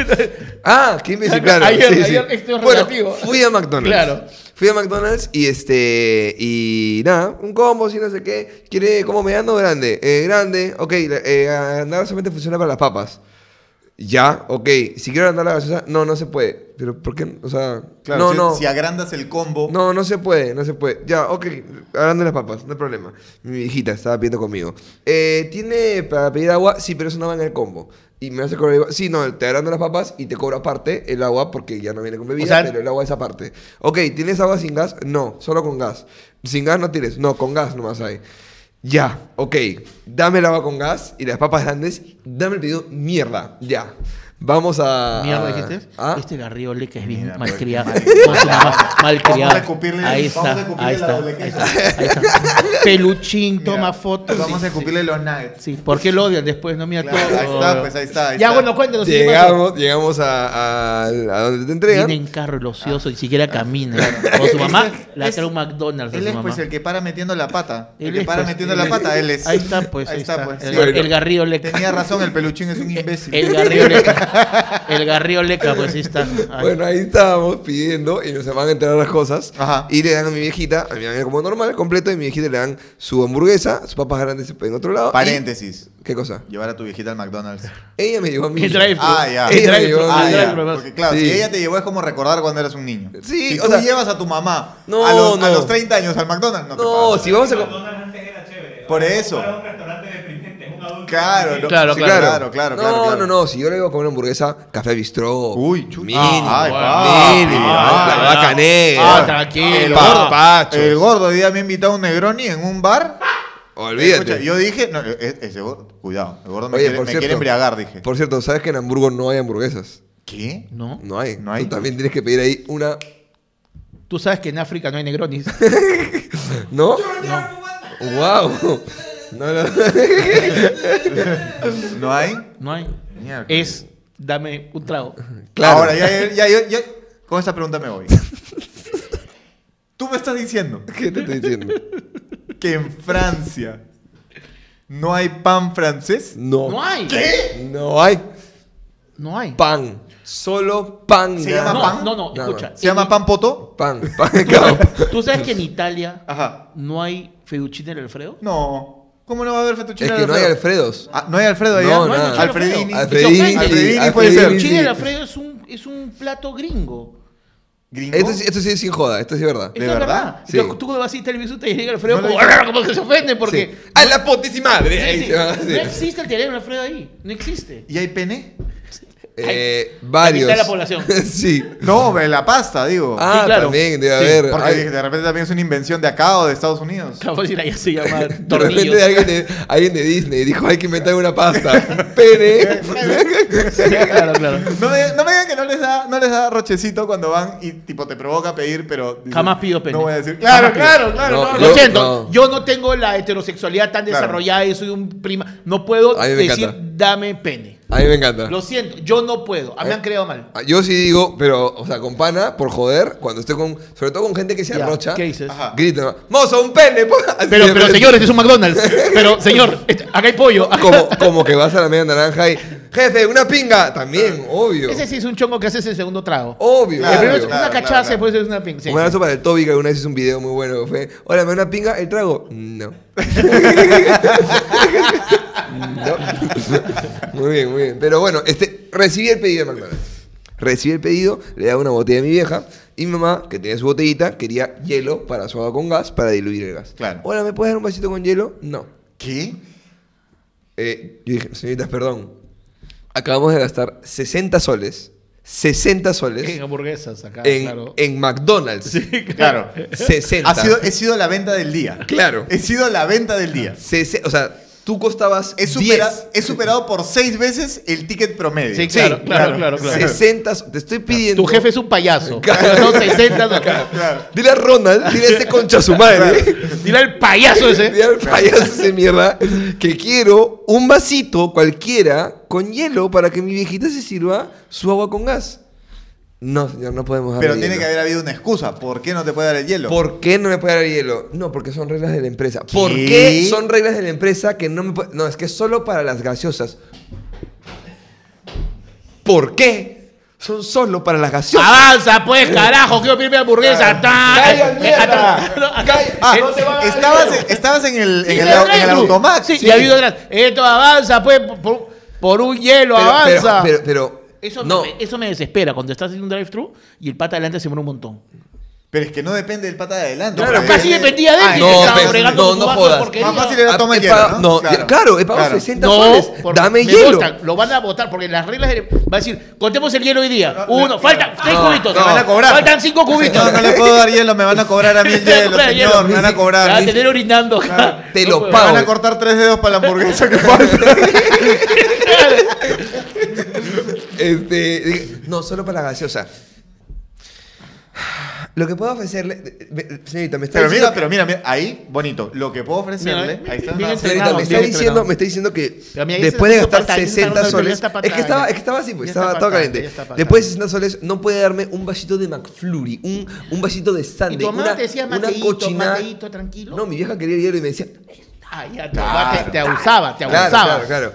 [SPEAKER 3] Ah, qué imbécil, claro.
[SPEAKER 1] Ayer-
[SPEAKER 3] sí, sí.
[SPEAKER 1] ayer esto es
[SPEAKER 3] bueno,
[SPEAKER 1] relativo.
[SPEAKER 3] fui a McDonald's.
[SPEAKER 1] Claro.
[SPEAKER 3] Fui a McDonald's y este. Y nada, un combo, sí, no sé qué. ¿Quiere como mediano o grande? Eh, grande, ok. la- Eh, andar solamente funciona para las papas. Ya, ok. Si quiero andar la gaseosa, no, no se puede. Pero, ¿por qué? O sea,
[SPEAKER 2] Claro,
[SPEAKER 3] no,
[SPEAKER 2] si,
[SPEAKER 3] no.
[SPEAKER 2] si agrandas el combo.
[SPEAKER 3] No, no se puede, no se puede. Ya, ok, hablando de las papas, no hay problema. Mi hijita estaba pidiendo conmigo. Eh, ¿Tiene para pedir agua? Sí, pero eso no va en el combo. Y me hace cobrar igual. Sí, no, te agrando las papas y te cobro aparte el agua porque ya no viene con bebida,
[SPEAKER 1] O sea-
[SPEAKER 3] pero el agua es aparte. Ok, ¿tienes agua sin gas? No, solo con gas. Sin gas no tienes, no, con gas nomás hay. Ya, ok, dame el agua con gas y las papas grandes, dame el pedido mierda, ya. Vamos a.
[SPEAKER 1] Mierda,
[SPEAKER 3] a-
[SPEAKER 1] dijiste.
[SPEAKER 3] ¿Ah?
[SPEAKER 1] Este garriole que es bien
[SPEAKER 2] Mira, pues,
[SPEAKER 1] malcriado.
[SPEAKER 2] mal-
[SPEAKER 1] con su mamá, malcriado.
[SPEAKER 2] Vamos a escupirle-
[SPEAKER 1] ahí
[SPEAKER 2] vamos a
[SPEAKER 1] está,
[SPEAKER 2] escupirle
[SPEAKER 1] ahí
[SPEAKER 2] la
[SPEAKER 1] está,
[SPEAKER 2] doble
[SPEAKER 1] ahí
[SPEAKER 2] queso.
[SPEAKER 1] está, ahí está. Peluchín,
[SPEAKER 2] Mira, pues
[SPEAKER 1] toma fotos.
[SPEAKER 2] Vamos
[SPEAKER 1] Sí,
[SPEAKER 2] a escupirle los nuggets.
[SPEAKER 1] Sí, ¿por qué lo odian después? No mira
[SPEAKER 2] Claro,
[SPEAKER 1] todo.
[SPEAKER 2] ahí está, pues, ahí está, ahí
[SPEAKER 1] ya,
[SPEAKER 2] está.
[SPEAKER 1] bueno, cuéntanos. ¿sí qué pasó?
[SPEAKER 3] Llegamos, llegamos a, a- a donde te entregan.
[SPEAKER 1] Viene en carro el ocioso, ni siquiera camina. Con su mamá,
[SPEAKER 2] Ese es-
[SPEAKER 1] la
[SPEAKER 2] es-
[SPEAKER 1] trae un McDonald's. a
[SPEAKER 2] Él
[SPEAKER 1] su
[SPEAKER 2] es
[SPEAKER 1] mamá.
[SPEAKER 2] pues el que para metiendo la pata. El
[SPEAKER 1] Él
[SPEAKER 2] que
[SPEAKER 1] es,
[SPEAKER 2] para
[SPEAKER 1] pues,
[SPEAKER 2] metiendo
[SPEAKER 1] él
[SPEAKER 2] la
[SPEAKER 1] es.
[SPEAKER 2] pata, él es.
[SPEAKER 1] Ahí está, pues.
[SPEAKER 2] Ahí
[SPEAKER 1] Ahí
[SPEAKER 2] está,
[SPEAKER 1] está,
[SPEAKER 2] pues,
[SPEAKER 1] El,
[SPEAKER 2] sí.
[SPEAKER 1] gar- el garrío leca.
[SPEAKER 2] Tenía razón, el peluchín es un imbécil.
[SPEAKER 1] El garrío leca. El garrío leca, pues sí está. Ay.
[SPEAKER 3] Bueno, ahí estábamos pidiendo y nos van a enterar las cosas.
[SPEAKER 2] Ajá.
[SPEAKER 3] Y le dan a mi viejita, a mi amiga como normal, completo, y a mi viejita le dan su hamburguesa, sus papas grandes en otro lado. y-
[SPEAKER 2] Paréntesis.
[SPEAKER 3] ¿Qué cosa?
[SPEAKER 2] Llevar a tu viejita al McDonald's.
[SPEAKER 3] Ella me llevó a mí.
[SPEAKER 1] Y drive-thru.
[SPEAKER 2] Ah, ya.
[SPEAKER 1] Y
[SPEAKER 3] Ella me
[SPEAKER 1] drive-thru.
[SPEAKER 3] llevó a
[SPEAKER 2] Ah,
[SPEAKER 1] Ah,
[SPEAKER 3] mí.
[SPEAKER 2] ya.
[SPEAKER 1] drive-thru, vas.
[SPEAKER 2] Porque claro,
[SPEAKER 3] Sí.
[SPEAKER 2] si ella te llevó es como recordar cuando eras un niño.
[SPEAKER 3] Sí,
[SPEAKER 2] si
[SPEAKER 3] o
[SPEAKER 2] tú
[SPEAKER 3] sea-
[SPEAKER 2] llevas a tu mamá
[SPEAKER 3] No,
[SPEAKER 2] a, los, a
[SPEAKER 3] no.
[SPEAKER 2] los 30 años al McDonald's, no,
[SPEAKER 3] Ah, No,
[SPEAKER 2] te
[SPEAKER 3] si vamos a... co-
[SPEAKER 4] McDonald's antes era chévere.
[SPEAKER 2] Por
[SPEAKER 4] Ahora
[SPEAKER 2] eso.
[SPEAKER 4] Era un restaurante deprimente, un adulto.
[SPEAKER 2] Claro, no.
[SPEAKER 1] Claro,
[SPEAKER 3] Sí,
[SPEAKER 1] claro.
[SPEAKER 2] claro, claro, claro,
[SPEAKER 3] No,
[SPEAKER 2] claro.
[SPEAKER 3] no, no. Si yo le digo a comer hamburguesa, café bistró.
[SPEAKER 2] Uy, chuta.
[SPEAKER 3] Mínimo.
[SPEAKER 2] Ay,
[SPEAKER 1] pa.
[SPEAKER 3] mínimo.
[SPEAKER 1] Ah,
[SPEAKER 3] la
[SPEAKER 1] ya.
[SPEAKER 3] vaca negra.
[SPEAKER 1] Ah, tranquilo.
[SPEAKER 2] El
[SPEAKER 1] pa.
[SPEAKER 2] gordo,
[SPEAKER 3] Papachos.
[SPEAKER 2] el gordo hoy día me ha invitado a un Negroni en un bar.
[SPEAKER 3] Olvídate.
[SPEAKER 2] Escucha, yo dije, no, e- ese gordo, cuidado, el gordo me,
[SPEAKER 3] Oye,
[SPEAKER 2] quiere,
[SPEAKER 3] por
[SPEAKER 2] me
[SPEAKER 3] cierto,
[SPEAKER 2] quiere embriagar, dije.
[SPEAKER 3] Por cierto, ¿sabes que en Hamburgo no hay hamburguesas?
[SPEAKER 2] ¿Qué?
[SPEAKER 1] No.
[SPEAKER 3] No hay.
[SPEAKER 2] No hay.
[SPEAKER 3] Tú también tienes que pedir ahí una...
[SPEAKER 1] Tú sabes que en África no hay negronis.
[SPEAKER 3] ¿No? ¡Wow! No, no.
[SPEAKER 2] ¿No hay?
[SPEAKER 1] No hay.
[SPEAKER 2] Mierda.
[SPEAKER 1] Es, dame un trago.
[SPEAKER 3] Eh, Claro.
[SPEAKER 2] Ahora, ya, ya, ya, ya- ya- con esta pregunta me voy. Tú me estás diciendo
[SPEAKER 3] ¿Qué te estoy diciendo?
[SPEAKER 2] que en Francia no hay pan francés.
[SPEAKER 3] No.
[SPEAKER 1] No hay.
[SPEAKER 3] No hay
[SPEAKER 1] No hay.
[SPEAKER 3] pan. Solo pan.
[SPEAKER 2] Se
[SPEAKER 3] nada
[SPEAKER 2] llama
[SPEAKER 1] No,
[SPEAKER 2] pan?
[SPEAKER 3] más.
[SPEAKER 1] no, no,
[SPEAKER 3] Nada
[SPEAKER 1] escucha.
[SPEAKER 2] ¿Se llama
[SPEAKER 1] En-
[SPEAKER 2] pan poto?
[SPEAKER 3] Pan, pan, claro.
[SPEAKER 1] ¿Tú sabes que en Italia
[SPEAKER 2] Ajá.
[SPEAKER 1] no hay fettuccine al Alfredo?
[SPEAKER 2] No. ¿Cómo no va a haber fettuccine
[SPEAKER 3] Es que no hay Alfredos.
[SPEAKER 2] Ah, ¿No hay Alfredo allá?
[SPEAKER 3] No,
[SPEAKER 1] No hay
[SPEAKER 3] nada.
[SPEAKER 1] fettuccine
[SPEAKER 2] Alfredini.
[SPEAKER 1] Alfredo.
[SPEAKER 3] Alfredini,
[SPEAKER 1] Se ofenden.
[SPEAKER 2] Alfredini
[SPEAKER 3] Alfredini,
[SPEAKER 2] puede ser.
[SPEAKER 3] sí.
[SPEAKER 1] Fettuccine al Alfredo es un, es un plato gringo.
[SPEAKER 2] ¿Gringo?
[SPEAKER 3] Esto, sí- esto sí es sin joda, esto sí es verdad.
[SPEAKER 1] Esto
[SPEAKER 2] ¿De
[SPEAKER 1] es
[SPEAKER 2] verdad?
[SPEAKER 3] Sí.
[SPEAKER 1] Yo- Tú cuando vas a ir televisita y llega Alfredo
[SPEAKER 2] No
[SPEAKER 1] como,
[SPEAKER 2] lo dije.
[SPEAKER 1] como que se ofende porque...
[SPEAKER 3] Sí. ¡A la potis y madre!
[SPEAKER 1] Sí,
[SPEAKER 3] Ah, Ahí
[SPEAKER 1] sí.
[SPEAKER 3] se van así.
[SPEAKER 1] No existe el teléfono Alfredo ahí. No existe.
[SPEAKER 2] ¿Y hay pene?
[SPEAKER 3] Eh, varios.
[SPEAKER 1] mitad de la población.
[SPEAKER 3] sí.
[SPEAKER 2] No, de la pasta, digo.
[SPEAKER 3] Ah,
[SPEAKER 1] claro.
[SPEAKER 3] también debe
[SPEAKER 1] Sí,
[SPEAKER 3] haber.
[SPEAKER 2] Porque
[SPEAKER 3] hay-
[SPEAKER 2] de repente también es una invención de acá o de Estados Unidos.
[SPEAKER 1] Capaz si la ya se llama
[SPEAKER 3] de
[SPEAKER 1] tornillo.
[SPEAKER 3] repente alguien de, alguien de Disney dijo, hay que inventar una pasta. Pene.
[SPEAKER 1] claro, claro.
[SPEAKER 2] No me, no me digan que no les da, no les da rochecito cuando van y tipo te provoca pedir, pero. dices,
[SPEAKER 1] Jamás pido pene.
[SPEAKER 2] No voy a decir. Claro,
[SPEAKER 1] Jamás pido.
[SPEAKER 2] claro, claro.
[SPEAKER 3] No,
[SPEAKER 2] no,
[SPEAKER 1] Lo
[SPEAKER 3] yo-
[SPEAKER 1] siento,
[SPEAKER 3] no.
[SPEAKER 1] yo no tengo la heterosexualidad tan
[SPEAKER 2] Claro.
[SPEAKER 1] desarrollada y soy un prima. No puedo
[SPEAKER 3] A mí me
[SPEAKER 1] decir,
[SPEAKER 3] encanta. Ah.
[SPEAKER 1] dame pene.
[SPEAKER 3] A mí me encanta.
[SPEAKER 1] Lo siento, yo no puedo. A mí me han creado mal.
[SPEAKER 3] Ah, Yo sí digo, pero, o sea, con pana, por joder, cuando estoy con. Sobre todo con gente que se
[SPEAKER 1] Ya,
[SPEAKER 3] arrocha.
[SPEAKER 1] ¿Qué dices?
[SPEAKER 2] Ajá.
[SPEAKER 3] Grita, mozo, un pene. po". Así
[SPEAKER 1] Pero,
[SPEAKER 3] de
[SPEAKER 1] pero
[SPEAKER 3] frente.
[SPEAKER 1] señores, es un McDonald's. Pero, señor, este- acá hay pollo. Acá-
[SPEAKER 3] Como, como que vas a la media naranja y. Jefe, una pinga. También, obvio.
[SPEAKER 1] Ah. Ese sí es un chongo que haces el segundo trago.
[SPEAKER 3] Obvio.
[SPEAKER 1] el
[SPEAKER 2] Claro,
[SPEAKER 1] primero
[SPEAKER 3] obvio.
[SPEAKER 1] es una
[SPEAKER 2] claro,
[SPEAKER 1] cachaza,
[SPEAKER 2] claro,
[SPEAKER 1] después es una pin. sí,
[SPEAKER 3] un
[SPEAKER 1] sí.
[SPEAKER 3] abrazo para el Toby que alguna vez hizo un video muy bueno. Fue, hola, me da una pinga, el trago. No. No. Muy bien, muy bien. Pero bueno, este, recibí el pedido de McDonald's. Recibí el pedido, le daba una botella a mi vieja y mi mamá, que tenía su botellita, quería hielo para su agua con gas para diluir el gas.
[SPEAKER 2] Claro.
[SPEAKER 3] Hola, ¿me puedes dar un vasito con hielo? No.
[SPEAKER 2] ¿Qué?
[SPEAKER 3] Eh, yo dije, señoritas, perdón. Acabamos de gastar 60 soles. 60 soles
[SPEAKER 1] En hamburguesas acá,
[SPEAKER 3] en,
[SPEAKER 1] claro.
[SPEAKER 3] en McDonald's.
[SPEAKER 2] Claro.
[SPEAKER 3] 60.
[SPEAKER 2] Ha sido, he sido la venta del día.
[SPEAKER 3] Claro.
[SPEAKER 2] He sido la venta del día.
[SPEAKER 3] Sese- o sea, tú costabas
[SPEAKER 2] He,
[SPEAKER 3] 10,
[SPEAKER 2] supera- he superado por seis veces el ticket promedio.
[SPEAKER 1] Sí, claro, claro, claro, claro.
[SPEAKER 3] 60, te estoy pidiendo.
[SPEAKER 1] Tu jefe es un payaso. No,
[SPEAKER 3] Claro.
[SPEAKER 1] 60 no.
[SPEAKER 2] Claro.
[SPEAKER 3] Dile a Ronald, dile a ese concha su madre.
[SPEAKER 1] Dile al payaso
[SPEAKER 3] Dile
[SPEAKER 1] ese.
[SPEAKER 3] al payaso ese mierda que quiero un vasito cualquiera con hielo para que mi viejita se sirva su agua con gas. No, señor, no podemos darle
[SPEAKER 2] Pero tiene
[SPEAKER 3] hielo.
[SPEAKER 2] que haber habido una excusa. ¿Por qué no te puede dar el hielo?
[SPEAKER 3] ¿Por qué no me puede dar hielo? No, porque son reglas de la empresa. ¿Por
[SPEAKER 2] ¿Qué?
[SPEAKER 3] qué son reglas de la empresa que no me puede... No, es que es solo para las gaseosas. ¿Por qué? Son solo para las gaseosas.
[SPEAKER 1] Avanza, pues, carajo. Quiero pedirme hamburguesa. eh,
[SPEAKER 3] ¡Calla, mierda! ¡Calla!
[SPEAKER 2] Ah,
[SPEAKER 3] No te va a dar
[SPEAKER 2] estabas,
[SPEAKER 3] hielo.
[SPEAKER 2] en, estabas en el,
[SPEAKER 1] Sí,
[SPEAKER 2] en el,
[SPEAKER 1] la
[SPEAKER 2] en el
[SPEAKER 1] drive-thru.
[SPEAKER 2] automac.
[SPEAKER 1] Sí, y ha habido atrás. Esto avanza, pues, por- por, por un hielo,
[SPEAKER 3] Pero- pero-
[SPEAKER 1] avanza.
[SPEAKER 3] Pero, pero,
[SPEAKER 1] eso,
[SPEAKER 3] no.
[SPEAKER 1] me, eso me desespera cuando estás haciendo un drive-thru y el pata adelante se muere un montón.
[SPEAKER 2] Pero es que no depende del pata de adelante.
[SPEAKER 3] Claro,
[SPEAKER 2] porque-
[SPEAKER 3] pero-
[SPEAKER 1] Casi dependía de él.
[SPEAKER 2] Ay,
[SPEAKER 1] que
[SPEAKER 3] eh, no,
[SPEAKER 1] te estaba
[SPEAKER 3] pues,
[SPEAKER 1] fregando
[SPEAKER 3] no,
[SPEAKER 1] con tu
[SPEAKER 3] no
[SPEAKER 1] vaso de
[SPEAKER 3] jodas.
[SPEAKER 1] porquería.
[SPEAKER 2] Más fácil era
[SPEAKER 3] Ah,
[SPEAKER 2] toma
[SPEAKER 3] he
[SPEAKER 2] el hielo,
[SPEAKER 3] pagado-
[SPEAKER 2] ¿no?
[SPEAKER 3] ya- claro.
[SPEAKER 2] Claro.
[SPEAKER 3] he pagado
[SPEAKER 2] Claro.
[SPEAKER 3] 60 soles.
[SPEAKER 1] No, por-
[SPEAKER 3] Dame
[SPEAKER 1] me
[SPEAKER 3] hielo.
[SPEAKER 1] votan, lo van a votar porque las reglas de- va a decir, contemos el hielo hoy día.
[SPEAKER 2] No,
[SPEAKER 1] Uno,
[SPEAKER 2] no,
[SPEAKER 1] faltan seis
[SPEAKER 3] no,
[SPEAKER 1] cubitos.
[SPEAKER 3] no.
[SPEAKER 2] Me van a cobrar.
[SPEAKER 1] Faltan cinco cubitos.
[SPEAKER 2] No, no le puedo dar hielo, me van a cobrar a mí el
[SPEAKER 1] Te van a
[SPEAKER 2] hielo,
[SPEAKER 1] cobrar
[SPEAKER 2] señor.
[SPEAKER 1] el hielo.
[SPEAKER 2] Me van a
[SPEAKER 1] Te van
[SPEAKER 2] cobrar.
[SPEAKER 1] a tener orinando acá.
[SPEAKER 3] Te
[SPEAKER 1] No pues,
[SPEAKER 3] lo
[SPEAKER 1] puedo.
[SPEAKER 2] Me van
[SPEAKER 3] Pau, eh.
[SPEAKER 2] a cortar tres dedos para la hamburguesa que falta.
[SPEAKER 3] Este, dije, no, solo para la gaseosa. Lo que puedo ofrecerle... me- Señorita, me está
[SPEAKER 2] Pero
[SPEAKER 3] diciendo
[SPEAKER 2] mira,
[SPEAKER 3] que-
[SPEAKER 2] pero mira, mira, ahí, bonito. Lo que puedo ofrecerle.
[SPEAKER 1] Mira,
[SPEAKER 2] ahí está.
[SPEAKER 1] bien
[SPEAKER 2] nada.
[SPEAKER 1] entrenado.
[SPEAKER 3] Señorita, me está,
[SPEAKER 1] bien
[SPEAKER 3] diciendo,
[SPEAKER 1] entrenado.
[SPEAKER 3] me está diciendo que
[SPEAKER 1] Pero a mí ahí
[SPEAKER 3] después de
[SPEAKER 1] se está
[SPEAKER 3] gastar
[SPEAKER 1] pantalla,
[SPEAKER 3] 60
[SPEAKER 1] está pantalla,
[SPEAKER 3] soles.
[SPEAKER 1] está
[SPEAKER 3] Es que
[SPEAKER 1] pantalla.
[SPEAKER 3] estaba, es que estaba así, pues,
[SPEAKER 1] Ya
[SPEAKER 3] estaba,
[SPEAKER 1] está
[SPEAKER 3] estaba
[SPEAKER 1] pantalla,
[SPEAKER 3] caliente.
[SPEAKER 1] ya está pantalla.
[SPEAKER 3] Después de 60 soles, no puede darme un vasito de McFlurry, un, un vasito de
[SPEAKER 1] Y
[SPEAKER 3] sándwich.
[SPEAKER 1] tu mamá
[SPEAKER 3] una,
[SPEAKER 1] te decía,
[SPEAKER 3] una
[SPEAKER 1] Mateito,
[SPEAKER 3] cochinada".
[SPEAKER 1] Mateito, tranquilo.
[SPEAKER 3] No, mi vieja quería hielo y me decía,
[SPEAKER 1] Ah, ya, tu mamá te, te abusaba, te
[SPEAKER 3] claro,
[SPEAKER 1] abusaba.
[SPEAKER 3] claro,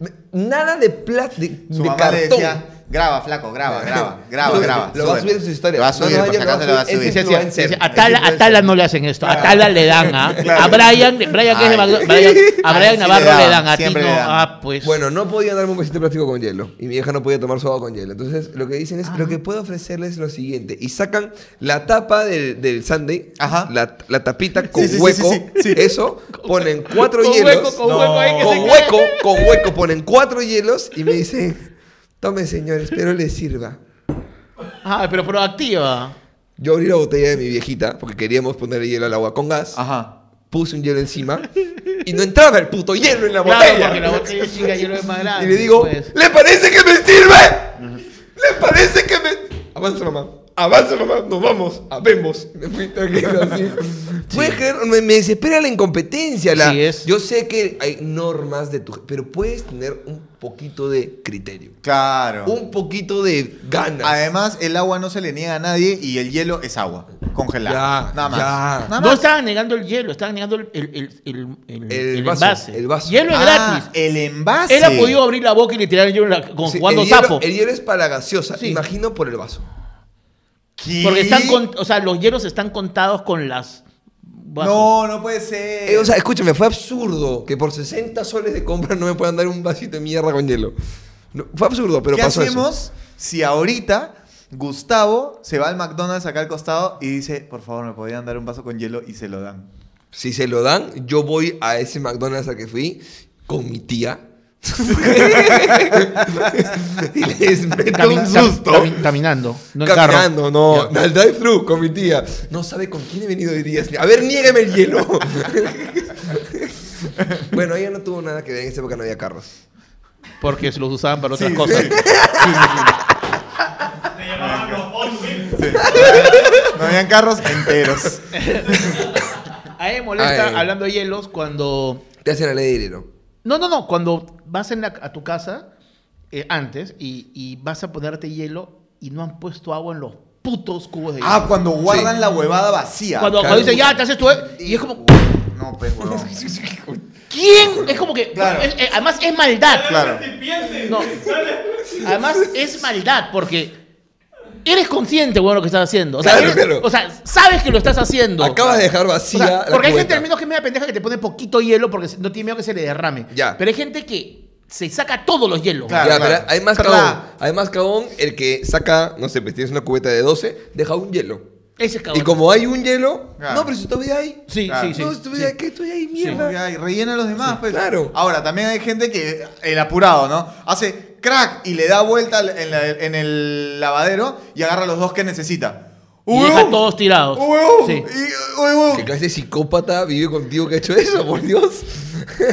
[SPEAKER 3] claro. Nada de plata, de,
[SPEAKER 2] Su
[SPEAKER 3] de
[SPEAKER 2] mamá le
[SPEAKER 3] cartón.
[SPEAKER 2] decía, graba, flaco, graba, graba, graba,
[SPEAKER 3] Lo-
[SPEAKER 2] graba.
[SPEAKER 3] lo va
[SPEAKER 2] súbelo.
[SPEAKER 3] a subir en sus historias.
[SPEAKER 2] Lo va a
[SPEAKER 3] No,
[SPEAKER 2] subir,
[SPEAKER 3] no,
[SPEAKER 2] por si
[SPEAKER 3] ya lo va a
[SPEAKER 2] acaso lo va a
[SPEAKER 3] subir.
[SPEAKER 2] subir.
[SPEAKER 3] Ese
[SPEAKER 1] Decía, decía,
[SPEAKER 3] Influencer.
[SPEAKER 1] a, Tala, a Tala no le hacen esto, a Tala le dan, ¿ah? a Brian, Brian que es de Bagdad- Brian- a
[SPEAKER 2] Ay,
[SPEAKER 1] Brian
[SPEAKER 2] sí
[SPEAKER 1] Navarro
[SPEAKER 2] le dan,
[SPEAKER 1] le dan, a ti no,
[SPEAKER 2] siempre le dan.
[SPEAKER 1] ah, pues.
[SPEAKER 3] Bueno, no podían darme un vasito de plástico con hielo. Y mi vieja no podía tomar su agua con hielo. Entonces, lo que dicen es,
[SPEAKER 1] Ah.
[SPEAKER 3] lo que puedo ofrecerles es lo siguiente. Y sacan la tapa del, del Sunday,
[SPEAKER 2] Ajá.
[SPEAKER 3] La, la tapita con
[SPEAKER 2] sí, sí, sí,
[SPEAKER 3] hueco,
[SPEAKER 2] sí, sí.
[SPEAKER 3] eso, ponen cuatro
[SPEAKER 1] con
[SPEAKER 3] hielos.
[SPEAKER 1] hueco, con
[SPEAKER 2] No.
[SPEAKER 1] hueco ahí que
[SPEAKER 3] con
[SPEAKER 1] se
[SPEAKER 3] hueco, con hueco, ponen cuatro hielos y me dicen, tome señor, espero les sirva.
[SPEAKER 1] cae. Ah, pero proactiva.
[SPEAKER 3] Yo abrí la botella de mi viejita, porque queríamos ponerle hielo al agua con gas,
[SPEAKER 1] Ah.
[SPEAKER 2] Ajá.
[SPEAKER 3] puse un hielo encima y no entraba el puto hielo en la
[SPEAKER 1] Claro,
[SPEAKER 3] botella.
[SPEAKER 1] porque la botella es chica y lo es más grande.
[SPEAKER 3] Y le digo,
[SPEAKER 1] pues.
[SPEAKER 3] ¿le parece que me sirve? ¿Le parece que me...? Avanza, mamá. Avanza, mamá. Nos vamos. Habemos. Me fui tranquilo así. ¿Puedes creer? Me, me desespera la incompetencia. La,
[SPEAKER 1] Sí, es.
[SPEAKER 3] Yo sé que hay normas de tu... Pero puedes tener un poquito de criterio.
[SPEAKER 2] Claro.
[SPEAKER 3] Un poquito de ganas.
[SPEAKER 2] Además, el agua no se le niega a nadie y el hielo es agua. congelada.
[SPEAKER 3] Ya,
[SPEAKER 2] nada más.
[SPEAKER 3] ya.
[SPEAKER 2] Nada
[SPEAKER 1] No
[SPEAKER 2] más.
[SPEAKER 1] estaban negando el hielo, estaban negando el, el, el, el, el-
[SPEAKER 3] El
[SPEAKER 1] el
[SPEAKER 3] vaso,
[SPEAKER 1] envase.
[SPEAKER 3] el vaso.
[SPEAKER 1] Hielo es
[SPEAKER 2] Ah,
[SPEAKER 1] gratis.
[SPEAKER 2] El envase.
[SPEAKER 1] Él ha podido abrir la boca y le tirar el hielo en la- como
[SPEAKER 3] Sí,
[SPEAKER 1] jugando
[SPEAKER 3] el hielo-
[SPEAKER 1] sapo.
[SPEAKER 3] el hielo es para la gaseosa,
[SPEAKER 1] Sí.
[SPEAKER 3] imagino por el vaso.
[SPEAKER 2] ¿Qué?
[SPEAKER 1] Porque están con, o sea, los hielos están contados con las. vasos.
[SPEAKER 2] No, no puede ser.
[SPEAKER 3] Eh, o sea, escúchame, fue absurdo que por 60 soles de compra no me puedan dar un vasito de mierda con hielo. No, fue absurdo, pero
[SPEAKER 2] ¿Qué
[SPEAKER 3] pasó
[SPEAKER 2] hacemos
[SPEAKER 3] eso.
[SPEAKER 2] si ahorita Gustavo se va al McDonald's acá al costado y dice, por favor, me podrían dar un vaso con hielo y se lo dan?
[SPEAKER 3] Si se lo dan, yo voy a ese McDonald's al que fui con mi tía. y les meto
[SPEAKER 1] Cami-
[SPEAKER 3] un
[SPEAKER 1] cam-
[SPEAKER 3] susto.
[SPEAKER 1] cami- caminando. No en carro.
[SPEAKER 3] caminando, no.
[SPEAKER 1] Ya.
[SPEAKER 3] Al drive-thru con mi tía. No sabe con quién he venido hoy día. A ver, niégame el hielo. bueno, ella no tuvo nada que ver en esa época, no había carros.
[SPEAKER 1] Porque se los usaban para otras
[SPEAKER 2] Sí,
[SPEAKER 1] cosas.
[SPEAKER 2] sí.
[SPEAKER 4] Te llamaban los Hot Wheels.
[SPEAKER 2] No habían carros enteros.
[SPEAKER 1] A él molesta
[SPEAKER 3] Ay.
[SPEAKER 1] hablando de hielos cuando.
[SPEAKER 3] Te hacen la ley de hielo.
[SPEAKER 1] No, no, no. Cuando vas en la- a tu casa eh, antes y, y vas a ponerte hielo y no han puesto agua en los putos cubos de hielo.
[SPEAKER 2] Ah, cuando guardan
[SPEAKER 3] Sí.
[SPEAKER 2] la huevada vacía.
[SPEAKER 1] cuando
[SPEAKER 3] claro.
[SPEAKER 1] cuando dicen, ya, te haces tu. Y es como,
[SPEAKER 2] No, pues, huevón.
[SPEAKER 1] ¿quién? Es como que.
[SPEAKER 2] Claro.
[SPEAKER 1] es- eh, además, es maldad.
[SPEAKER 2] Claro.
[SPEAKER 4] Recipiente.
[SPEAKER 1] No. Además, es maldad porque. Eres consciente, bueno, lo que estás haciendo. O sea,
[SPEAKER 3] Claro,
[SPEAKER 1] eres-
[SPEAKER 3] claro.
[SPEAKER 1] o sea, sabes que lo estás haciendo.
[SPEAKER 3] Acabas de dejar
[SPEAKER 1] O
[SPEAKER 3] vacía
[SPEAKER 1] sea,
[SPEAKER 3] la
[SPEAKER 1] porque hay gente
[SPEAKER 3] cubeta.
[SPEAKER 1] al menos que es media pendeja que te pone poquito hielo porque se- no tiene miedo que se le derrame.
[SPEAKER 3] Ya.
[SPEAKER 1] Pero hay gente que se saca todos los hielos.
[SPEAKER 2] Claro,
[SPEAKER 3] ya,
[SPEAKER 2] claro.
[SPEAKER 3] pero hay más
[SPEAKER 2] Pero
[SPEAKER 3] cabón.
[SPEAKER 2] la-
[SPEAKER 3] Hay más cabón el que saca, no sé, pues tienes una cubeta de 12, deja un hielo.
[SPEAKER 1] Ese es cabrón.
[SPEAKER 3] Y como hay un hielo,
[SPEAKER 2] Claro.
[SPEAKER 3] no, pero si todavía hay.
[SPEAKER 1] Sí,
[SPEAKER 2] Claro.
[SPEAKER 1] sí, sí.
[SPEAKER 3] no, si
[SPEAKER 1] sí.
[SPEAKER 3] todavía hay, ¿qué? Todavía hay
[SPEAKER 2] Sí,
[SPEAKER 3] mierda.
[SPEAKER 2] ya, y rellena a los demás, pues.
[SPEAKER 3] claro.
[SPEAKER 2] Ahora, también hay gente que, el apurado, ¿no? Hace crack y le da vuelta al- en, la- en el lavadero y agarra los dos que necesita.
[SPEAKER 1] Y
[SPEAKER 2] ¡Huevón!
[SPEAKER 1] deja todos tirados.
[SPEAKER 2] ¡Huevón!
[SPEAKER 1] Sí.
[SPEAKER 2] Y- ¡Huevón!
[SPEAKER 3] ¿Qué clase de psicópata vive contigo que ha hecho eso, por Dios?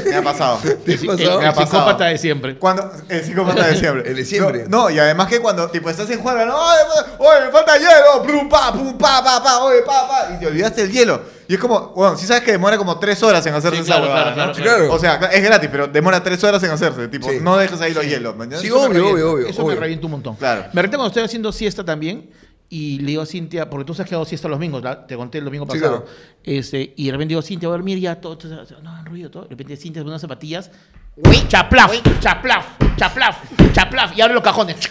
[SPEAKER 2] Me ha pasado.
[SPEAKER 3] ¿Te ha
[SPEAKER 1] Sí,
[SPEAKER 3] pasado?
[SPEAKER 1] el-
[SPEAKER 2] Me ha
[SPEAKER 1] el
[SPEAKER 2] pasado.
[SPEAKER 1] psicópata de siempre.
[SPEAKER 2] Cuando, el psicópata de siempre.
[SPEAKER 3] El de siempre.
[SPEAKER 2] No, no, y además que cuando tipo estás en juego, ¿no? oye, oye, me falta hielo, pum, pa, pum, pa, pa, pa, oye, pa, pa, y te olvidaste el hielo. Y es como, bueno, si sabes que demora como tres horas en hacerse
[SPEAKER 1] Sí,
[SPEAKER 2] esa
[SPEAKER 1] claro,
[SPEAKER 2] huevada,
[SPEAKER 1] claro,
[SPEAKER 2] ¿no?
[SPEAKER 1] claro,
[SPEAKER 3] claro.
[SPEAKER 2] O sea, es gratis, pero demora tres horas en hacerse. Tipo,
[SPEAKER 3] Sí.
[SPEAKER 2] no dejes ahí los hielos. ¿me entiendes?
[SPEAKER 3] Sí,
[SPEAKER 2] Eso me
[SPEAKER 3] obvio,
[SPEAKER 2] revienta.
[SPEAKER 3] obvio, obvio.
[SPEAKER 1] Eso me revienta un montón.
[SPEAKER 2] Claro.
[SPEAKER 1] Me revienta cuando estoy haciendo siesta también. Y le digo a Cintia, porque tú sabes que hago siesta los domingos, la- te conté el domingo
[SPEAKER 3] Sí,
[SPEAKER 1] pasado.
[SPEAKER 3] claro.
[SPEAKER 1] este, y de repente digo, Cintia, voy a dormir ya, todo, todo, todo, no, ruido, todo. De repente Cintia se pone unas zapatillas, chaplaf, chaplaf, chaplaf, chaplaf, y abre los cajones.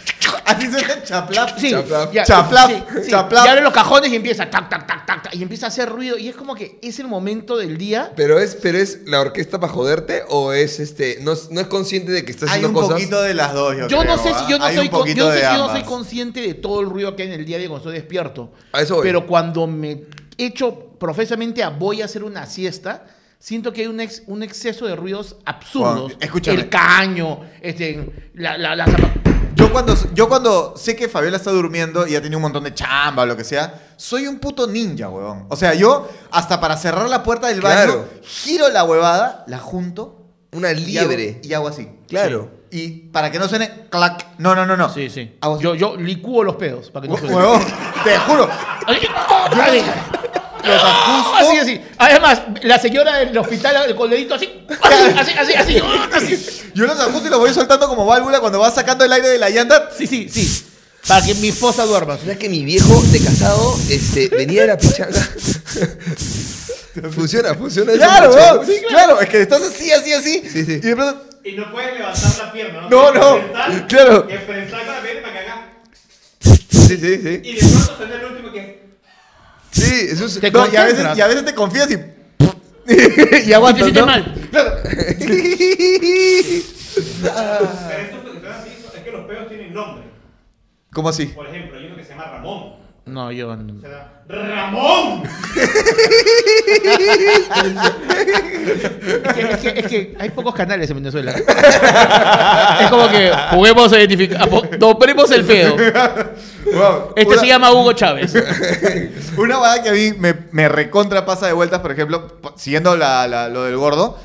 [SPEAKER 2] Así se dice chaplaf.
[SPEAKER 1] Sí,
[SPEAKER 3] Chaplaf.
[SPEAKER 1] ya,
[SPEAKER 2] Chaplaf,
[SPEAKER 1] sí, sí.
[SPEAKER 2] chaplaf.
[SPEAKER 1] Y abre los cajones y empieza tac, tac, tac, tac, tac, y empieza a hacer ruido. Y es como que es el momento del día.
[SPEAKER 3] Pero es, pero es la orquesta para joderte o es este. No, es- no es consciente de que estás
[SPEAKER 2] Hay
[SPEAKER 3] haciendo
[SPEAKER 2] un
[SPEAKER 3] cosas.
[SPEAKER 2] poquito de las dos, yo
[SPEAKER 1] Yo
[SPEAKER 2] creo,
[SPEAKER 1] no sé
[SPEAKER 2] ¿ah?
[SPEAKER 1] si yo no
[SPEAKER 2] Hay
[SPEAKER 1] soy
[SPEAKER 2] un
[SPEAKER 1] con- yo
[SPEAKER 2] poquito
[SPEAKER 1] no sé
[SPEAKER 2] de
[SPEAKER 1] si yo no
[SPEAKER 2] ambas.
[SPEAKER 1] soy consciente de todo el ruido que hay en el día de cuando estoy despierto.
[SPEAKER 3] A eso voy.
[SPEAKER 1] Pero cuando me echo profesamente a voy a hacer una siesta, siento que hay un, ex- un exceso de ruidos absurdos.
[SPEAKER 2] Juan, escúchame.
[SPEAKER 1] El caño, este, la, la, la zapa-
[SPEAKER 2] Yo cuando, yo cuando sé que Fabiola está durmiendo y ya tiene un montón de chamba o lo que sea, soy un puto ninja, huevón. O sea, yo hasta para cerrar la puerta del baño,
[SPEAKER 3] Claro.
[SPEAKER 2] giro la huevada, la junto
[SPEAKER 3] Una
[SPEAKER 2] y hago,
[SPEAKER 3] liebre.
[SPEAKER 2] y hago así.
[SPEAKER 3] Claro.
[SPEAKER 2] Y para que no suene clac. No, no, no, no.
[SPEAKER 1] Sí, sí.
[SPEAKER 2] Hago así.
[SPEAKER 1] Yo, yo licúo los pedos para que no
[SPEAKER 2] Hue-
[SPEAKER 1] suene.
[SPEAKER 2] Huevón, te juro.
[SPEAKER 1] Ay, ay.
[SPEAKER 2] Los ajusto.
[SPEAKER 1] Así, así. Además, la señora del hospital con el dedito así, así, así, así, así.
[SPEAKER 2] Yo los ajusto y los voy soltando como válvula cuando vas sacando el aire de la llanta.
[SPEAKER 1] Sí, sí, sí. Para que mi esposa duerma.
[SPEAKER 3] ¿Sabes que mi viejo de casado este, venía de la pichanga? funciona, funciona. eso
[SPEAKER 2] Claro,
[SPEAKER 3] mucho.
[SPEAKER 2] huevón. Claro, es que estás así, así, así.
[SPEAKER 3] Sí, sí.
[SPEAKER 2] Y de pronto.
[SPEAKER 4] Y no puedes levantar la pierna.
[SPEAKER 2] No,
[SPEAKER 4] Tienes que
[SPEAKER 2] no,
[SPEAKER 4] prensar-
[SPEAKER 2] claro.
[SPEAKER 4] Que prensar con la pierna para que haga.
[SPEAKER 3] Sí, sí, sí.
[SPEAKER 4] Y de pronto suena el último que.
[SPEAKER 3] Sí, eso es.
[SPEAKER 1] Te
[SPEAKER 2] No, y a
[SPEAKER 1] concentras.
[SPEAKER 2] veces, y a veces te confías y. y aguantas.
[SPEAKER 1] sientes
[SPEAKER 2] ¿no?
[SPEAKER 1] mal.
[SPEAKER 2] Claro. Ah.
[SPEAKER 4] Pero esto funciona así. Es que los peos tienen nombre.
[SPEAKER 2] ¿Cómo así?
[SPEAKER 4] Por ejemplo, hay uno que se llama Ramón.
[SPEAKER 1] No, yo
[SPEAKER 4] O
[SPEAKER 1] no.
[SPEAKER 4] sea, ¡Ramón!
[SPEAKER 1] Es que, es que- es que hay pocos canales en Venezuela. es como que juguemos a identificar. apo- Nombremos el pedo.
[SPEAKER 2] Wow.
[SPEAKER 1] Este
[SPEAKER 2] una,
[SPEAKER 1] se llama Hugo Chávez.
[SPEAKER 2] Una huevada que a mí me, me recontra pasa de vueltas, por ejemplo, po- siguiendo la- la- lo del gordo,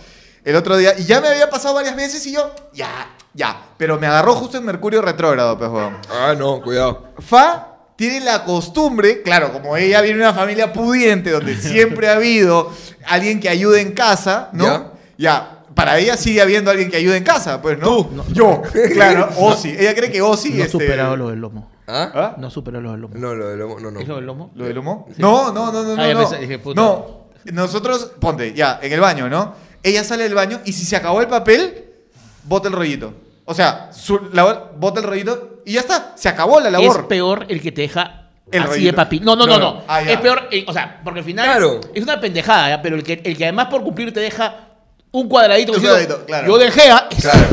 [SPEAKER 2] el otro día, y ya me había pasado varias veces y yo, ya, ya, pero me agarró justo en Mercurio retrógrado, pues, huevón.
[SPEAKER 3] Ah, no, cuidado.
[SPEAKER 2] Fa tiene la costumbre, claro, como ella viene de una familia pudiente donde siempre ha habido alguien que ayude en casa, ¿no? Ya. para ella sigue habiendo alguien que ayude en casa, pues, ¿no? Tú. Yo, claro, Ozzy. Ella cree que Ozzy
[SPEAKER 1] no ha
[SPEAKER 2] este,
[SPEAKER 1] superado lo del lomo.
[SPEAKER 3] ¿Ah?
[SPEAKER 2] ¿Ah?
[SPEAKER 1] No superó lo del lomo.
[SPEAKER 3] No, lo de lomo, no, no.
[SPEAKER 1] ¿Es lo del lomo?
[SPEAKER 2] ¿Lo del humo? No, no, no, no,
[SPEAKER 1] Ah,
[SPEAKER 2] no.
[SPEAKER 1] ya
[SPEAKER 2] no.
[SPEAKER 1] pensé, dije, puta.
[SPEAKER 2] No, nosotros, ponte, ya, en el baño, ¿no? Ella sale del baño y si se acabó el papel, bota el rollito. O sea, su labor- bota el rollito y ya está, se acabó la
[SPEAKER 1] Es
[SPEAKER 2] labor.
[SPEAKER 1] peor el que te deja
[SPEAKER 2] El
[SPEAKER 1] así
[SPEAKER 2] rollito.
[SPEAKER 1] de papi. No, no, no,
[SPEAKER 2] No,
[SPEAKER 1] no.
[SPEAKER 2] no. Ah, ya.
[SPEAKER 1] es peor, eh, o sea, porque al final
[SPEAKER 3] Claro.
[SPEAKER 1] es una pendejada, ¿ya? pero el que, el que además por cumplir te deja un cuadradito.
[SPEAKER 2] Un
[SPEAKER 1] diciendo,
[SPEAKER 2] cuadradito, claro.
[SPEAKER 1] Yo dejé a...
[SPEAKER 3] Claro.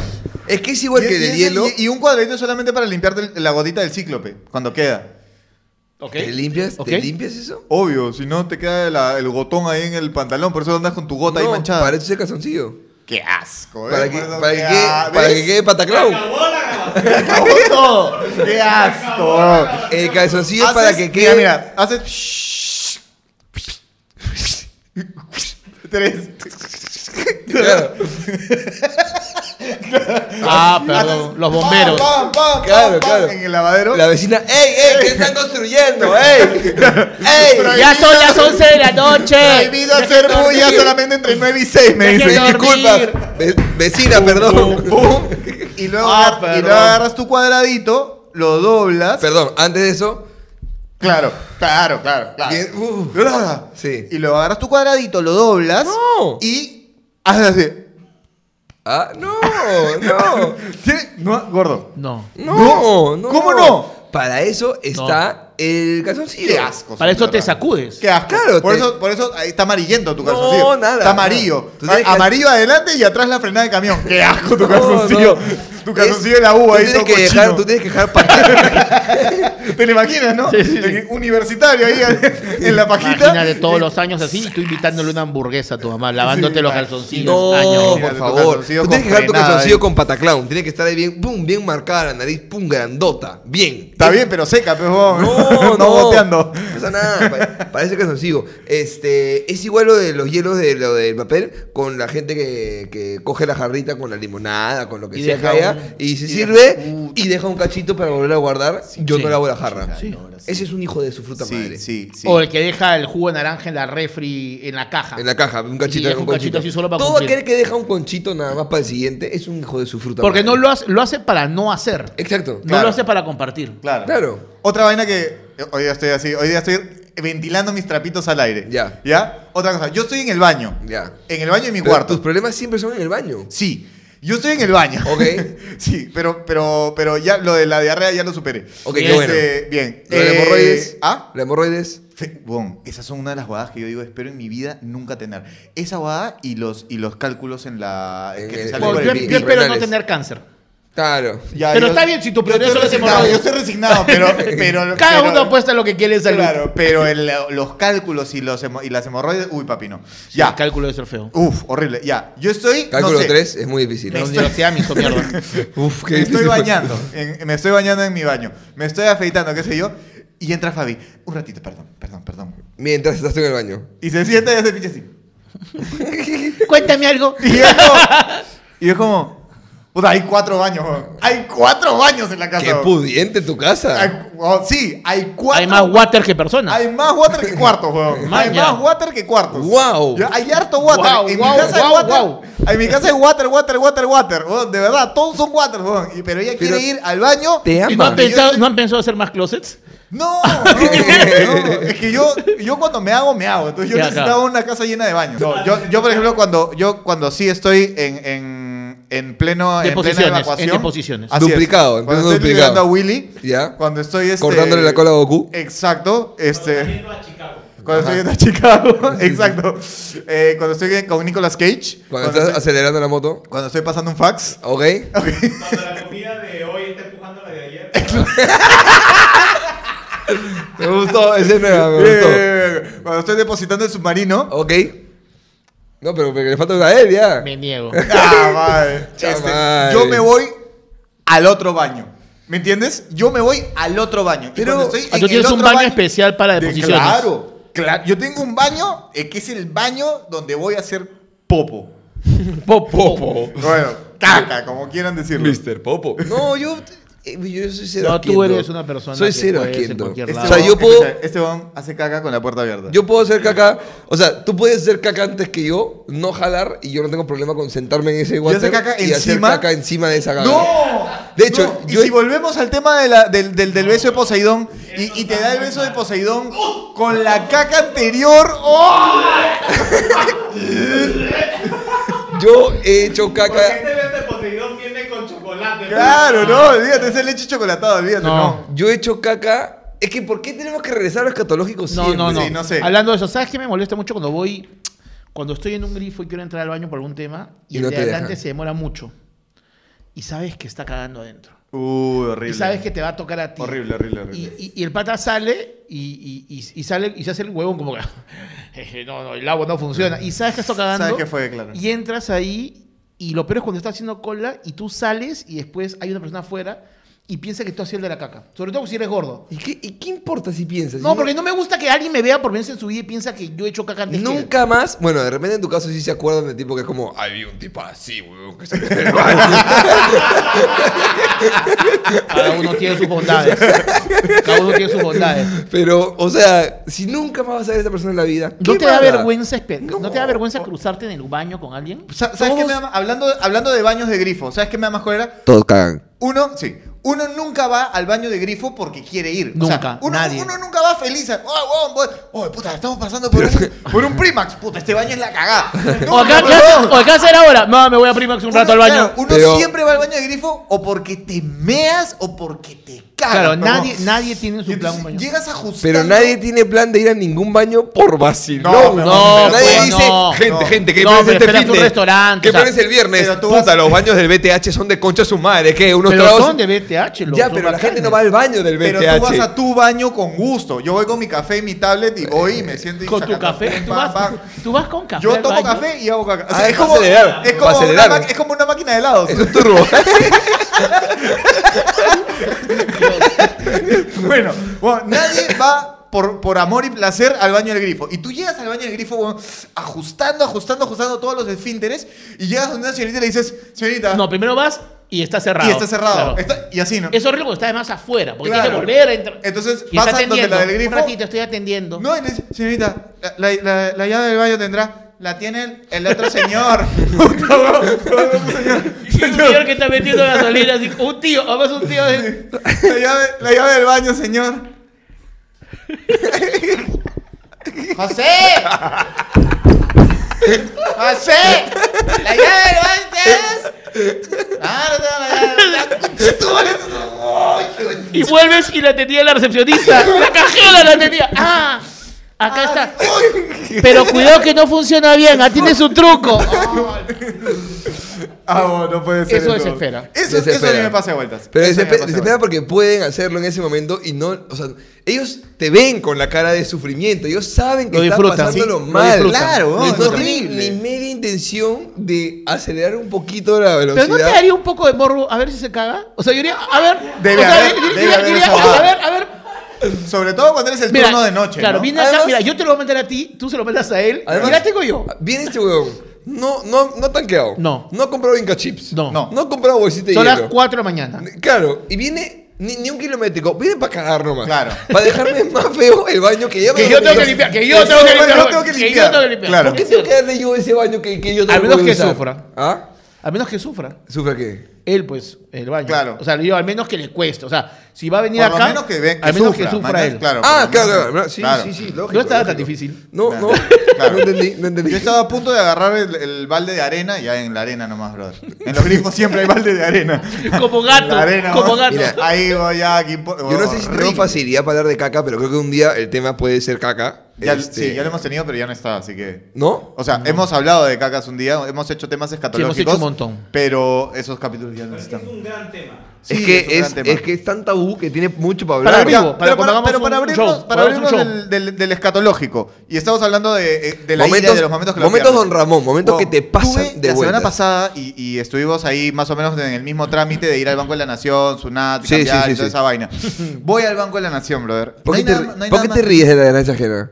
[SPEAKER 3] Es que es igual
[SPEAKER 2] Y-
[SPEAKER 3] que
[SPEAKER 2] y
[SPEAKER 3] de
[SPEAKER 2] es-
[SPEAKER 3] hielo.
[SPEAKER 2] Y, y un cuadradito solamente para limpiarte el- la gotita del cíclope, cuando queda.
[SPEAKER 1] Ok.
[SPEAKER 3] ¿Te limpias?
[SPEAKER 1] Ok.
[SPEAKER 3] ¿Te limpias eso?
[SPEAKER 2] Obvio, si no te queda la- el gotón ahí en el pantalón, por eso andas con tu gota ahí
[SPEAKER 3] No,
[SPEAKER 2] manchada.
[SPEAKER 3] Para eso es el calzoncillo.
[SPEAKER 2] Qué asco, ¿eh?
[SPEAKER 3] Para que,
[SPEAKER 2] Bueno,
[SPEAKER 3] para que
[SPEAKER 2] qué
[SPEAKER 3] quede,
[SPEAKER 2] a-
[SPEAKER 3] para que
[SPEAKER 2] ¿ves?
[SPEAKER 3] quede pataclao.
[SPEAKER 4] Acabó la grabación.
[SPEAKER 2] Acabó todo. Qué asco.
[SPEAKER 3] El calzoncillo es
[SPEAKER 2] Haces-
[SPEAKER 3] para que quede.
[SPEAKER 2] Mira, mira, haces. Tres.
[SPEAKER 3] Claro.
[SPEAKER 1] Ah, perdón.
[SPEAKER 2] Haces- Ah,
[SPEAKER 1] Los bomberos.
[SPEAKER 2] Pam, pam, pam, pam,
[SPEAKER 3] Claro,
[SPEAKER 2] pam,
[SPEAKER 3] claro.
[SPEAKER 2] En el lavadero.
[SPEAKER 3] La vecina, ¡ey, ey! ¿Qué están construyendo? ¡ey!
[SPEAKER 2] Pero-
[SPEAKER 3] ¡ey!
[SPEAKER 1] Ya son las 11 de la noche.
[SPEAKER 2] Prohibido hacer
[SPEAKER 1] Dejen
[SPEAKER 2] bulla
[SPEAKER 1] dormir.
[SPEAKER 2] solamente entre 9 y 6, me
[SPEAKER 1] Dejen
[SPEAKER 2] dicen.
[SPEAKER 1] dormir.
[SPEAKER 3] Disculpa, ve- vecina,
[SPEAKER 2] Pum,
[SPEAKER 3] perdón.
[SPEAKER 2] pum. Y luego,
[SPEAKER 1] Ah,
[SPEAKER 2] agar- y
[SPEAKER 1] perdón.
[SPEAKER 2] luego agarras tu cuadradito, lo doblas.
[SPEAKER 3] Perdón, antes de eso,
[SPEAKER 2] Claro, claro, claro. claro.
[SPEAKER 3] Bien, uh. uf.
[SPEAKER 2] Nada.
[SPEAKER 3] Sí.
[SPEAKER 2] Y lo agarras tu cuadradito, lo doblas.
[SPEAKER 3] No.
[SPEAKER 2] Y haces así.
[SPEAKER 3] Ah, no, no,
[SPEAKER 2] Tiene- No, gordo.
[SPEAKER 1] No.
[SPEAKER 3] no, no.
[SPEAKER 2] ¿Cómo no?
[SPEAKER 3] Para eso está el calzoncillo.
[SPEAKER 2] Qué asco.
[SPEAKER 1] Para
[SPEAKER 2] eso
[SPEAKER 1] eso te sacudes.
[SPEAKER 2] Qué asco.
[SPEAKER 3] Claro,
[SPEAKER 2] por,
[SPEAKER 3] te-
[SPEAKER 2] eso, por eso ahí está amarillento tu
[SPEAKER 3] No,
[SPEAKER 2] calzoncillo.
[SPEAKER 3] nada,
[SPEAKER 2] Está amarillo.
[SPEAKER 3] no. Tú tienes que-
[SPEAKER 2] Amarillo adelante y atrás la frenada de camión. Qué asco tu
[SPEAKER 3] No,
[SPEAKER 2] calzoncillo.
[SPEAKER 3] no.
[SPEAKER 2] Tu calzoncillo de la
[SPEAKER 3] Tú
[SPEAKER 2] uva ahí
[SPEAKER 3] tienes
[SPEAKER 2] todo
[SPEAKER 3] que
[SPEAKER 2] cochino.
[SPEAKER 3] dejar, Tú tienes que dejar pataclao.
[SPEAKER 2] Te lo imaginas, ¿no?
[SPEAKER 1] Sí, sí, sí.
[SPEAKER 2] El Universitario ahí en la pajita.
[SPEAKER 1] Imagínate todos los años así y tú invitándole una hamburguesa a tu mamá, lavándote
[SPEAKER 2] Sí,
[SPEAKER 1] los
[SPEAKER 2] imagínate.
[SPEAKER 1] calzoncillos.
[SPEAKER 3] No,
[SPEAKER 1] año.
[SPEAKER 2] Mira,
[SPEAKER 3] por
[SPEAKER 2] tu
[SPEAKER 3] favor. Tú
[SPEAKER 2] calzoncillo
[SPEAKER 3] tienes
[SPEAKER 2] con
[SPEAKER 3] que dejar tu
[SPEAKER 2] frenada eh.
[SPEAKER 3] calzoncillo
[SPEAKER 2] ahí.
[SPEAKER 3] con pataclown. Tiene que estar ahí bien, pum, bien marcada la nariz, pum, grandota. Bien.
[SPEAKER 2] Está bien, pero seca, pues, vos.
[SPEAKER 3] No, no,
[SPEAKER 2] boteando.
[SPEAKER 3] No pasa nada, pa- parece que consigo. Este, es igual lo de los hielos de lo del papel con la gente que, que coge la jarrita con la limonada, con lo que
[SPEAKER 1] Y
[SPEAKER 3] sea que
[SPEAKER 1] deja
[SPEAKER 3] haya,
[SPEAKER 1] un-
[SPEAKER 3] y se
[SPEAKER 2] y
[SPEAKER 3] sirve
[SPEAKER 2] deja- uh,
[SPEAKER 3] y deja un cachito para volver a guardar. Yo
[SPEAKER 1] sí.
[SPEAKER 3] no lavo la jarra.
[SPEAKER 1] Sí.
[SPEAKER 3] Ese es un hijo de su fruta madre.
[SPEAKER 2] Sí, sí, sí.
[SPEAKER 1] O el que deja el jugo de naranja en la refri, en la caja.
[SPEAKER 3] En la caja, un
[SPEAKER 1] Y
[SPEAKER 3] cachito,
[SPEAKER 1] deja un cachito así solo para
[SPEAKER 3] Todo
[SPEAKER 1] cumplir.
[SPEAKER 3] aquel que deja un conchito nada más para el siguiente es un hijo de su fruta
[SPEAKER 1] Porque no
[SPEAKER 3] madre.
[SPEAKER 1] lo hace, lo hace para no hacer.
[SPEAKER 3] Exacto.
[SPEAKER 1] No
[SPEAKER 2] Eh, Claro.
[SPEAKER 1] lo hace para compartir.
[SPEAKER 2] Claro.
[SPEAKER 3] Claro.
[SPEAKER 2] Otra vaina que. eh, Hoy día estoy así. Hoy día estoy ventilando mis trapitos al aire.
[SPEAKER 3] Ya.
[SPEAKER 2] ¿Ya? Otra cosa. Yo estoy en el baño.
[SPEAKER 3] Ya.
[SPEAKER 2] En el baño de mi
[SPEAKER 3] Pero
[SPEAKER 2] cuarto.
[SPEAKER 3] Tus problemas siempre son en el baño.
[SPEAKER 2] Sí. Yo estoy en el baño.
[SPEAKER 3] Ok.
[SPEAKER 2] sí, pero, pero, pero ya lo de la diarrea ya lo superé.
[SPEAKER 3] Ok,
[SPEAKER 2] Este,
[SPEAKER 3] qué bueno.
[SPEAKER 2] Bien.
[SPEAKER 3] Lo de la
[SPEAKER 2] Eh,
[SPEAKER 3] hemorroides.
[SPEAKER 2] ¿Ah?
[SPEAKER 3] La hemorroides.
[SPEAKER 2] Fe- Huevón, esas son una de las guadas que yo digo, espero en mi vida nunca tener. Esa guada y los, y los cálculos en la.
[SPEAKER 3] En
[SPEAKER 2] que te
[SPEAKER 3] el-
[SPEAKER 2] salen
[SPEAKER 1] Bueno,
[SPEAKER 2] por
[SPEAKER 1] yo,
[SPEAKER 2] el
[SPEAKER 1] yo
[SPEAKER 2] pi-
[SPEAKER 3] pi-
[SPEAKER 1] espero no
[SPEAKER 3] renales.
[SPEAKER 1] tener cáncer.
[SPEAKER 3] Claro.
[SPEAKER 2] Ya,
[SPEAKER 1] pero está bien, si tu
[SPEAKER 2] yo
[SPEAKER 1] prioridad son
[SPEAKER 2] estoy
[SPEAKER 1] las
[SPEAKER 2] resignado,
[SPEAKER 1] hemorroides.
[SPEAKER 2] Yo estoy resignado, pero. pero
[SPEAKER 1] Cada
[SPEAKER 2] pero-
[SPEAKER 1] uno apuesta lo que quiere en salud.
[SPEAKER 2] Claro, pero el- los cálculos y, los hemo- y las hemorroides. Uy, papi, no.
[SPEAKER 1] Sí,
[SPEAKER 2] Ya.
[SPEAKER 1] El cálculo de ser feo.
[SPEAKER 2] Uf, horrible. Ya. Yo estoy.
[SPEAKER 3] Cálculo
[SPEAKER 2] no sé,
[SPEAKER 3] 3 es muy difícil.
[SPEAKER 1] La universidad me hizo mierda.
[SPEAKER 3] Uf, qué
[SPEAKER 2] Me estoy
[SPEAKER 3] difícil fue.
[SPEAKER 2] bañando. en- me estoy bañando en mi baño. Me estoy afeitando, qué sé yo. Y entra Fabi. Un ratito, perdón, perdón, perdón.
[SPEAKER 3] Mientras estás tú en el baño.
[SPEAKER 2] Y se sienta y hace pinche así.
[SPEAKER 1] Cuéntame algo.
[SPEAKER 2] Y yo como. Y yo como. Puta, hay cuatro baños, weón. Hay cuatro baños en la casa.
[SPEAKER 3] Qué
[SPEAKER 2] weón.
[SPEAKER 3] pudiente tu casa.
[SPEAKER 2] Hay- oh, sí, hay cuatro.
[SPEAKER 1] Hay más water que personas.
[SPEAKER 2] Hay más water que cuartos, weón. Hay
[SPEAKER 1] Maña.
[SPEAKER 2] más water que cuartos.
[SPEAKER 3] Guau.
[SPEAKER 2] Yo- Hay harto water.
[SPEAKER 1] Guau,
[SPEAKER 2] en
[SPEAKER 1] guau,
[SPEAKER 2] mi casa hay
[SPEAKER 1] guau,
[SPEAKER 2] water.
[SPEAKER 1] guau.
[SPEAKER 2] En mi casa hay water, water, water, water. weón. De verdad, todos son water, weón. Y- Pero ella
[SPEAKER 3] Pero
[SPEAKER 2] quiere ir al baño.
[SPEAKER 3] Te
[SPEAKER 1] ¿Y no, han
[SPEAKER 3] ama.
[SPEAKER 1] pensado, ¿No han pensado hacer más closets?
[SPEAKER 2] No, no, no. es que yo, yo cuando me hago, me hago. Entonces yo
[SPEAKER 1] Ya,
[SPEAKER 2] necesitaba
[SPEAKER 1] claro.
[SPEAKER 2] una casa llena de baños. No, yo, yo, por ejemplo, cuando, yo, cuando sí estoy en, en, en pleno, en plena
[SPEAKER 1] Deposiciones,
[SPEAKER 2] evacuación.
[SPEAKER 1] en deposiciones.
[SPEAKER 2] Así es.
[SPEAKER 3] Duplicado, en
[SPEAKER 2] Cuando
[SPEAKER 3] pleno
[SPEAKER 2] estoy
[SPEAKER 3] duplicado.
[SPEAKER 2] liberando a Willy.
[SPEAKER 3] Ya.
[SPEAKER 2] Cuando estoy este,
[SPEAKER 3] Cortándole la cola a Goku.
[SPEAKER 2] Exacto. Este,
[SPEAKER 4] Yendo a Chicago.
[SPEAKER 2] cuando
[SPEAKER 3] Ajá.
[SPEAKER 2] estoy yendo a Chicago. exacto. Eh, cuando estoy con Nicolas Cage.
[SPEAKER 3] Cuando estás
[SPEAKER 2] estoy,
[SPEAKER 3] acelerando la moto.
[SPEAKER 2] cuando estoy pasando un fax.
[SPEAKER 3] Ok.
[SPEAKER 4] Cuando la comida de hoy está empujando la de ayer.
[SPEAKER 3] Me gustó, ese es nueva, Ah, me gustó.
[SPEAKER 2] Eh, cuando estoy depositando el submarino.
[SPEAKER 3] Ok. No, pero que le falta una él ya.
[SPEAKER 1] Me niego.
[SPEAKER 2] Ah, madre.
[SPEAKER 3] Cha
[SPEAKER 2] Este,
[SPEAKER 3] madre.
[SPEAKER 2] yo me voy al otro baño. ¿Me entiendes? Yo me voy al otro baño.
[SPEAKER 3] Pero-
[SPEAKER 2] cuando estoy
[SPEAKER 1] Ah,
[SPEAKER 2] en
[SPEAKER 1] tú
[SPEAKER 2] el
[SPEAKER 1] tienes un
[SPEAKER 2] otro
[SPEAKER 1] baño especial para
[SPEAKER 2] de-
[SPEAKER 1] deposiciones.
[SPEAKER 2] Claro, claro. Yo tengo un baño eh, que es el baño donde voy a hacer popo.
[SPEAKER 1] Popo.
[SPEAKER 2] Bueno, caca, como quieran decirlo. Este
[SPEAKER 3] Popo. No, yo. Eh, Yo soy cero
[SPEAKER 1] No, tú
[SPEAKER 3] asquiento.
[SPEAKER 1] eres una persona
[SPEAKER 3] Soy
[SPEAKER 1] que
[SPEAKER 3] cero
[SPEAKER 1] puedes en
[SPEAKER 3] asquiento.
[SPEAKER 1] cualquier
[SPEAKER 3] O
[SPEAKER 1] lado.
[SPEAKER 3] sea, yo
[SPEAKER 2] huevón-
[SPEAKER 3] puedo...
[SPEAKER 2] escucha, Este huevón hace caca con la puerta abierta.
[SPEAKER 3] Yo puedo hacer caca, o sea, tú puedes hacer caca antes que yo, no jalar, y yo no tengo problema con sentarme en ese water
[SPEAKER 2] hacer caca
[SPEAKER 3] y hacer
[SPEAKER 2] encima?
[SPEAKER 3] caca encima de esa caca.
[SPEAKER 2] ¡No!
[SPEAKER 3] De hecho,
[SPEAKER 2] No, y
[SPEAKER 3] yo-
[SPEAKER 2] si volvemos al tema de la- del, del- del beso de Poseidón y, y te da el beso de Poseidón con la caca anterior. ¡Oh!
[SPEAKER 3] Yo he hecho
[SPEAKER 4] Porque
[SPEAKER 3] caca,
[SPEAKER 4] este beso de Poseidón viene con chocolate.
[SPEAKER 2] Claro, no, olvídate, es el leche chocolatada, olvídate, Ah. no.
[SPEAKER 1] No.
[SPEAKER 3] yo he hecho caca. Es que, ¿por qué tenemos que regresar a los catológicos
[SPEAKER 1] No, no, no.
[SPEAKER 2] Sí, no sé.
[SPEAKER 1] Hablando de eso, ¿sabes qué me molesta mucho cuando voy, cuando estoy en un grifo y quiero entrar al baño por algún tema y,
[SPEAKER 3] Y
[SPEAKER 1] el
[SPEAKER 3] no
[SPEAKER 1] de
[SPEAKER 3] te
[SPEAKER 1] adelante
[SPEAKER 3] dejan.
[SPEAKER 1] se demora mucho y sabes que está cagando adentro.
[SPEAKER 2] Uy, Uh,
[SPEAKER 1] Y
[SPEAKER 2] horrible.
[SPEAKER 1] sabes que te va a tocar a ti.
[SPEAKER 2] Horrible, horrible,
[SPEAKER 1] Y,
[SPEAKER 2] horrible.
[SPEAKER 1] y- y el pata sale y, y- y- y sale y se hace el huevón como que "Jeje, no, no, el agua no funciona. Y sabes que está cagando.
[SPEAKER 2] Sabes que fue, claro.
[SPEAKER 1] Y entras ahí y lo peor es cuando estás haciendo cola y tú sales y después hay una persona afuera y piensa que tú has sido el de la caca. Sobre todo si eres gordo.
[SPEAKER 3] ¿Y qué, y qué importa si piensas?
[SPEAKER 1] No, porque no me gusta que alguien me vea por vez en su vida y piensa que yo he hecho caca antes que él.
[SPEAKER 3] Nunca más, bueno, de repente en tu caso sí se acuerdan de tipo que es como, había un tipo así, weón, que se metió en el baño".
[SPEAKER 1] Cada uno tiene sus bondades. Cada uno tiene sus bondades.
[SPEAKER 3] Pero, o sea, si nunca más vas a ver a esa persona en la vida,
[SPEAKER 1] ¿No
[SPEAKER 3] ¿qué
[SPEAKER 1] te, da
[SPEAKER 3] mala?
[SPEAKER 1] vergüenza, esper- no. te da
[SPEAKER 3] No.
[SPEAKER 1] vergüenza cruzarte en el baño con alguien?
[SPEAKER 2] Sa- ¿Sabes qué me da más? Hablando, hablando de baños de grifo, ¿sabes qué me da más cólera?
[SPEAKER 3] Todos cagan.
[SPEAKER 2] Uno, sí. Uno nunca va al baño de grifo porque quiere ir. O sea,
[SPEAKER 1] Nunca,
[SPEAKER 2] uno,
[SPEAKER 1] nadie.
[SPEAKER 2] uno nunca va feliz. a- Oh, wow, voy- oh, puta, estamos pasando por un, por un Primax. Puta, este baño es la cagada. No,
[SPEAKER 1] ¿O acá,
[SPEAKER 2] no,
[SPEAKER 1] ¿qué haces-
[SPEAKER 2] no.
[SPEAKER 1] o acá hacer ahora? No, me voy a Primax un
[SPEAKER 2] Uno,
[SPEAKER 1] rato al baño.
[SPEAKER 2] claro, uno
[SPEAKER 3] Pero-
[SPEAKER 2] siempre va al baño de grifo o porque te meas o porque te cagas.
[SPEAKER 1] Claro,
[SPEAKER 2] pero
[SPEAKER 1] nadie,
[SPEAKER 2] no.
[SPEAKER 1] nadie tiene en
[SPEAKER 2] Y
[SPEAKER 1] su plan un
[SPEAKER 2] entonces
[SPEAKER 1] baño.
[SPEAKER 2] Llegas ajustando.
[SPEAKER 3] Pero nadie tiene plan de ir a ningún baño por vacilón.
[SPEAKER 2] No, pero-
[SPEAKER 1] No,
[SPEAKER 3] nadie
[SPEAKER 1] pues,
[SPEAKER 3] dice,
[SPEAKER 1] no.
[SPEAKER 3] gente,
[SPEAKER 2] No.
[SPEAKER 3] gente, ¿qué
[SPEAKER 1] No,
[SPEAKER 3] planes
[SPEAKER 1] pero
[SPEAKER 3] este
[SPEAKER 1] esperas un
[SPEAKER 3] fin de-
[SPEAKER 1] restaurante,
[SPEAKER 3] ¿Qué
[SPEAKER 1] o sea,
[SPEAKER 3] planes el viernes?
[SPEAKER 2] pero tú
[SPEAKER 3] Puta,
[SPEAKER 2] vas-
[SPEAKER 3] los baños del BTH son de concha su madre, ¿qué? Unos
[SPEAKER 1] Pero
[SPEAKER 3] tragos...
[SPEAKER 1] son de BTH, los
[SPEAKER 3] ya, pero la gente no va al baño del BTH.
[SPEAKER 2] Pero tú vas a tu baño con gusto. Yo voy con mi café y mi tablet y voy y me siento y
[SPEAKER 1] Eh, Con tu
[SPEAKER 2] sacando-
[SPEAKER 1] café, tú
[SPEAKER 2] Pam,
[SPEAKER 1] vas,
[SPEAKER 2] pam.
[SPEAKER 1] tú vas con café.
[SPEAKER 2] Yo
[SPEAKER 1] al
[SPEAKER 2] tomo
[SPEAKER 1] baño.
[SPEAKER 2] café y hago caca. O sea,
[SPEAKER 3] Ah,
[SPEAKER 2] es,
[SPEAKER 3] para
[SPEAKER 2] como,
[SPEAKER 3] acelerar,
[SPEAKER 2] es,
[SPEAKER 3] para
[SPEAKER 2] como una
[SPEAKER 3] acelerar.
[SPEAKER 2] ma- es como una máquina de helados.
[SPEAKER 3] Es un turbo.
[SPEAKER 2] Bueno, bueno, nadie va por, por amor y placer al baño del grifo. Y tú llegas al baño del grifo bueno, ajustando, ajustando, ajustando todos los esfínteres y llegas donde una señorita y le dices, señorita,
[SPEAKER 1] No, primero vas y está cerrado.
[SPEAKER 2] y está cerrado.
[SPEAKER 1] Claro.
[SPEAKER 2] Está- y así, ¿no?
[SPEAKER 1] Es horrible cuando está además afuera, porque tienes
[SPEAKER 2] Claro.
[SPEAKER 1] que volver a entrar.
[SPEAKER 2] Entonces,
[SPEAKER 1] y
[SPEAKER 2] vas
[SPEAKER 1] está
[SPEAKER 2] a donde
[SPEAKER 1] atendiendo.
[SPEAKER 2] la del grifo.
[SPEAKER 1] Un ratito estoy atendiendo.
[SPEAKER 2] No, y le dices, señorita, la, la- la- la llave del baño tendrá, la tiene el, el otro señor.
[SPEAKER 1] Y un señor que está metiendo gasolina, así, un tío, además un tío de...
[SPEAKER 2] la, llave, la llave del baño, señor. ¡José! ¡José! ¡La llave del baño es! ¡Ah, no tengo la llave del baño!
[SPEAKER 1] Y vuelves y la tenía la recepcionista. La cajera la tenía. ¡Ah! Acá está. Pero cuidado que no funciona bien. Ah, tiene su truco.
[SPEAKER 2] Ah, bueno, no puede ser.
[SPEAKER 1] Eso
[SPEAKER 2] entonces.
[SPEAKER 1] desespera.
[SPEAKER 2] Eso, eso a
[SPEAKER 3] Desespera.
[SPEAKER 2] mí me pasa de vueltas.
[SPEAKER 3] Pero
[SPEAKER 2] Eso a mí
[SPEAKER 3] se
[SPEAKER 2] me pasa de
[SPEAKER 3] espera
[SPEAKER 2] vueltas.
[SPEAKER 3] porque pueden hacerlo en ese momento y no, o sea, ellos te ven con la cara de sufrimiento, ellos saben que
[SPEAKER 1] Lo
[SPEAKER 3] están
[SPEAKER 1] disfrutan.
[SPEAKER 3] pasándolo
[SPEAKER 1] Sí, lo
[SPEAKER 3] mal.
[SPEAKER 1] disfrutan.
[SPEAKER 2] Lo
[SPEAKER 3] no, no
[SPEAKER 2] disfrutan.
[SPEAKER 3] tienen ni
[SPEAKER 2] Horrible.
[SPEAKER 3] media intención de acelerar un poquito la velocidad.
[SPEAKER 1] Pero no te daría un poco de morbo a ver si se caga. O sea, yo diría, a ver.
[SPEAKER 2] Debe
[SPEAKER 1] o sea,
[SPEAKER 2] haber,
[SPEAKER 1] yo- yo
[SPEAKER 2] debe
[SPEAKER 1] diría-
[SPEAKER 2] haber
[SPEAKER 1] diría,
[SPEAKER 2] esa
[SPEAKER 1] a ver, a ver.
[SPEAKER 2] Sobre todo cuando eres el
[SPEAKER 1] Mira,
[SPEAKER 2] este turno de noche.
[SPEAKER 1] Claro,
[SPEAKER 2] ¿no?
[SPEAKER 1] vine acá,
[SPEAKER 3] Además-
[SPEAKER 1] mira, yo te lo voy a meter a ti, tú se lo metas a él.
[SPEAKER 3] Además-
[SPEAKER 1] y la tengo yo.
[SPEAKER 3] Viene este huevón. No, no, no tanqueado.
[SPEAKER 1] No.
[SPEAKER 3] No ha comprado Inca Chips.
[SPEAKER 1] No.
[SPEAKER 2] No.
[SPEAKER 3] No ha comprado bolsita de
[SPEAKER 1] Son las
[SPEAKER 3] hielo.
[SPEAKER 1] 4 de la mañana.
[SPEAKER 3] Claro, y viene ni, ni un kilométrico. Viene para cagar nomás.
[SPEAKER 2] Claro.
[SPEAKER 3] Para dejarme más feo el baño que ya me
[SPEAKER 1] Que yo tengo que limpiar, que yo
[SPEAKER 2] Eso,
[SPEAKER 1] tengo que
[SPEAKER 2] bueno,
[SPEAKER 1] limpiar.
[SPEAKER 2] yo tengo que limpiar.
[SPEAKER 1] yo tengo que limpiar.
[SPEAKER 2] Claro.
[SPEAKER 3] ¿Por qué tengo que darle yo ese baño que, que yo tengo
[SPEAKER 1] Al menos
[SPEAKER 3] que
[SPEAKER 1] que
[SPEAKER 3] usar?
[SPEAKER 1] sufra.
[SPEAKER 3] ¿Ah?
[SPEAKER 1] A menos que sufra.
[SPEAKER 3] ¿Sufra qué?
[SPEAKER 1] Él, pues, el baño.
[SPEAKER 2] Claro.
[SPEAKER 1] O sea, yo, al menos que le cueste. O sea, si va a venir
[SPEAKER 2] Por lo
[SPEAKER 1] acá.
[SPEAKER 2] menos que, ve- que
[SPEAKER 1] al menos
[SPEAKER 2] sufra.
[SPEAKER 1] que sufra
[SPEAKER 2] mañana,
[SPEAKER 1] él.
[SPEAKER 2] Claro, por
[SPEAKER 3] Ah,
[SPEAKER 2] lo
[SPEAKER 3] claro,
[SPEAKER 2] menos.
[SPEAKER 3] claro, Sí,
[SPEAKER 2] Claro.
[SPEAKER 3] sí, sí, lógico.
[SPEAKER 1] No estaba tan
[SPEAKER 3] lógico.
[SPEAKER 1] difícil.
[SPEAKER 3] No,
[SPEAKER 2] Claro,
[SPEAKER 3] no.
[SPEAKER 2] claro.
[SPEAKER 3] No entendí, no entendí.
[SPEAKER 2] Yo estaba a punto de agarrar el, el balde de arena, ya en la arena nomás, brother. En los grifos siempre hay balde de arena.
[SPEAKER 1] Como gato,
[SPEAKER 2] En la arena,
[SPEAKER 1] como
[SPEAKER 2] ¿no?
[SPEAKER 1] gato.
[SPEAKER 3] Mira.
[SPEAKER 2] Ahí voy ya, que impo-
[SPEAKER 3] Yo no sé si tengo
[SPEAKER 2] horrible.
[SPEAKER 3] facilidad para hablar de caca, pero creo que un día el tema puede ser caca.
[SPEAKER 2] Ya-
[SPEAKER 3] Este,
[SPEAKER 2] Sí, ya lo hemos tenido, pero ya no está, así que.
[SPEAKER 3] ¿No?
[SPEAKER 2] O sea, hemos hablado de cacas un día, hemos hecho temas escatológicos.
[SPEAKER 1] hecho un montón.
[SPEAKER 2] Pero esos capítulos ya no
[SPEAKER 4] Es que es
[SPEAKER 2] están.
[SPEAKER 4] un gran tema.
[SPEAKER 3] es
[SPEAKER 2] Sí,
[SPEAKER 3] que
[SPEAKER 2] es un gran
[SPEAKER 3] es,
[SPEAKER 2] tema.
[SPEAKER 3] es que es tan tabú que tiene mucho para
[SPEAKER 1] Para
[SPEAKER 3] hablar.
[SPEAKER 1] vivo, para
[SPEAKER 2] Ya, pero
[SPEAKER 1] cuando
[SPEAKER 2] para,
[SPEAKER 1] hagamos
[SPEAKER 2] pero
[SPEAKER 1] un-
[SPEAKER 2] para
[SPEAKER 1] un
[SPEAKER 2] abrirnos,
[SPEAKER 1] show,
[SPEAKER 2] para
[SPEAKER 1] hagamos un
[SPEAKER 2] abrirnos
[SPEAKER 1] show.
[SPEAKER 2] del, del- del escatológico. Y estamos hablando de, eh, de la
[SPEAKER 3] Momentos-
[SPEAKER 2] ira y de los momentos que la
[SPEAKER 3] momentos
[SPEAKER 2] pierdes.
[SPEAKER 3] Don Ramón, momentos que te pasan
[SPEAKER 2] tuve
[SPEAKER 3] de
[SPEAKER 2] La semana
[SPEAKER 3] vueltas.
[SPEAKER 2] pasada, y, y estuvimos ahí más o menos en el mismo trámite de ir al Banco de la Nación, Sunat,
[SPEAKER 3] Sí,
[SPEAKER 2] cambiar
[SPEAKER 3] sí, sí,
[SPEAKER 2] y toda
[SPEAKER 3] sí.
[SPEAKER 2] esa vaina. Voy al Banco de la Nación, brother.
[SPEAKER 3] ¿Por qué
[SPEAKER 2] No hay
[SPEAKER 3] te,
[SPEAKER 2] nada- no hay
[SPEAKER 3] por
[SPEAKER 2] nada
[SPEAKER 3] qué te
[SPEAKER 2] más-
[SPEAKER 3] ríes de la desgracia ajena?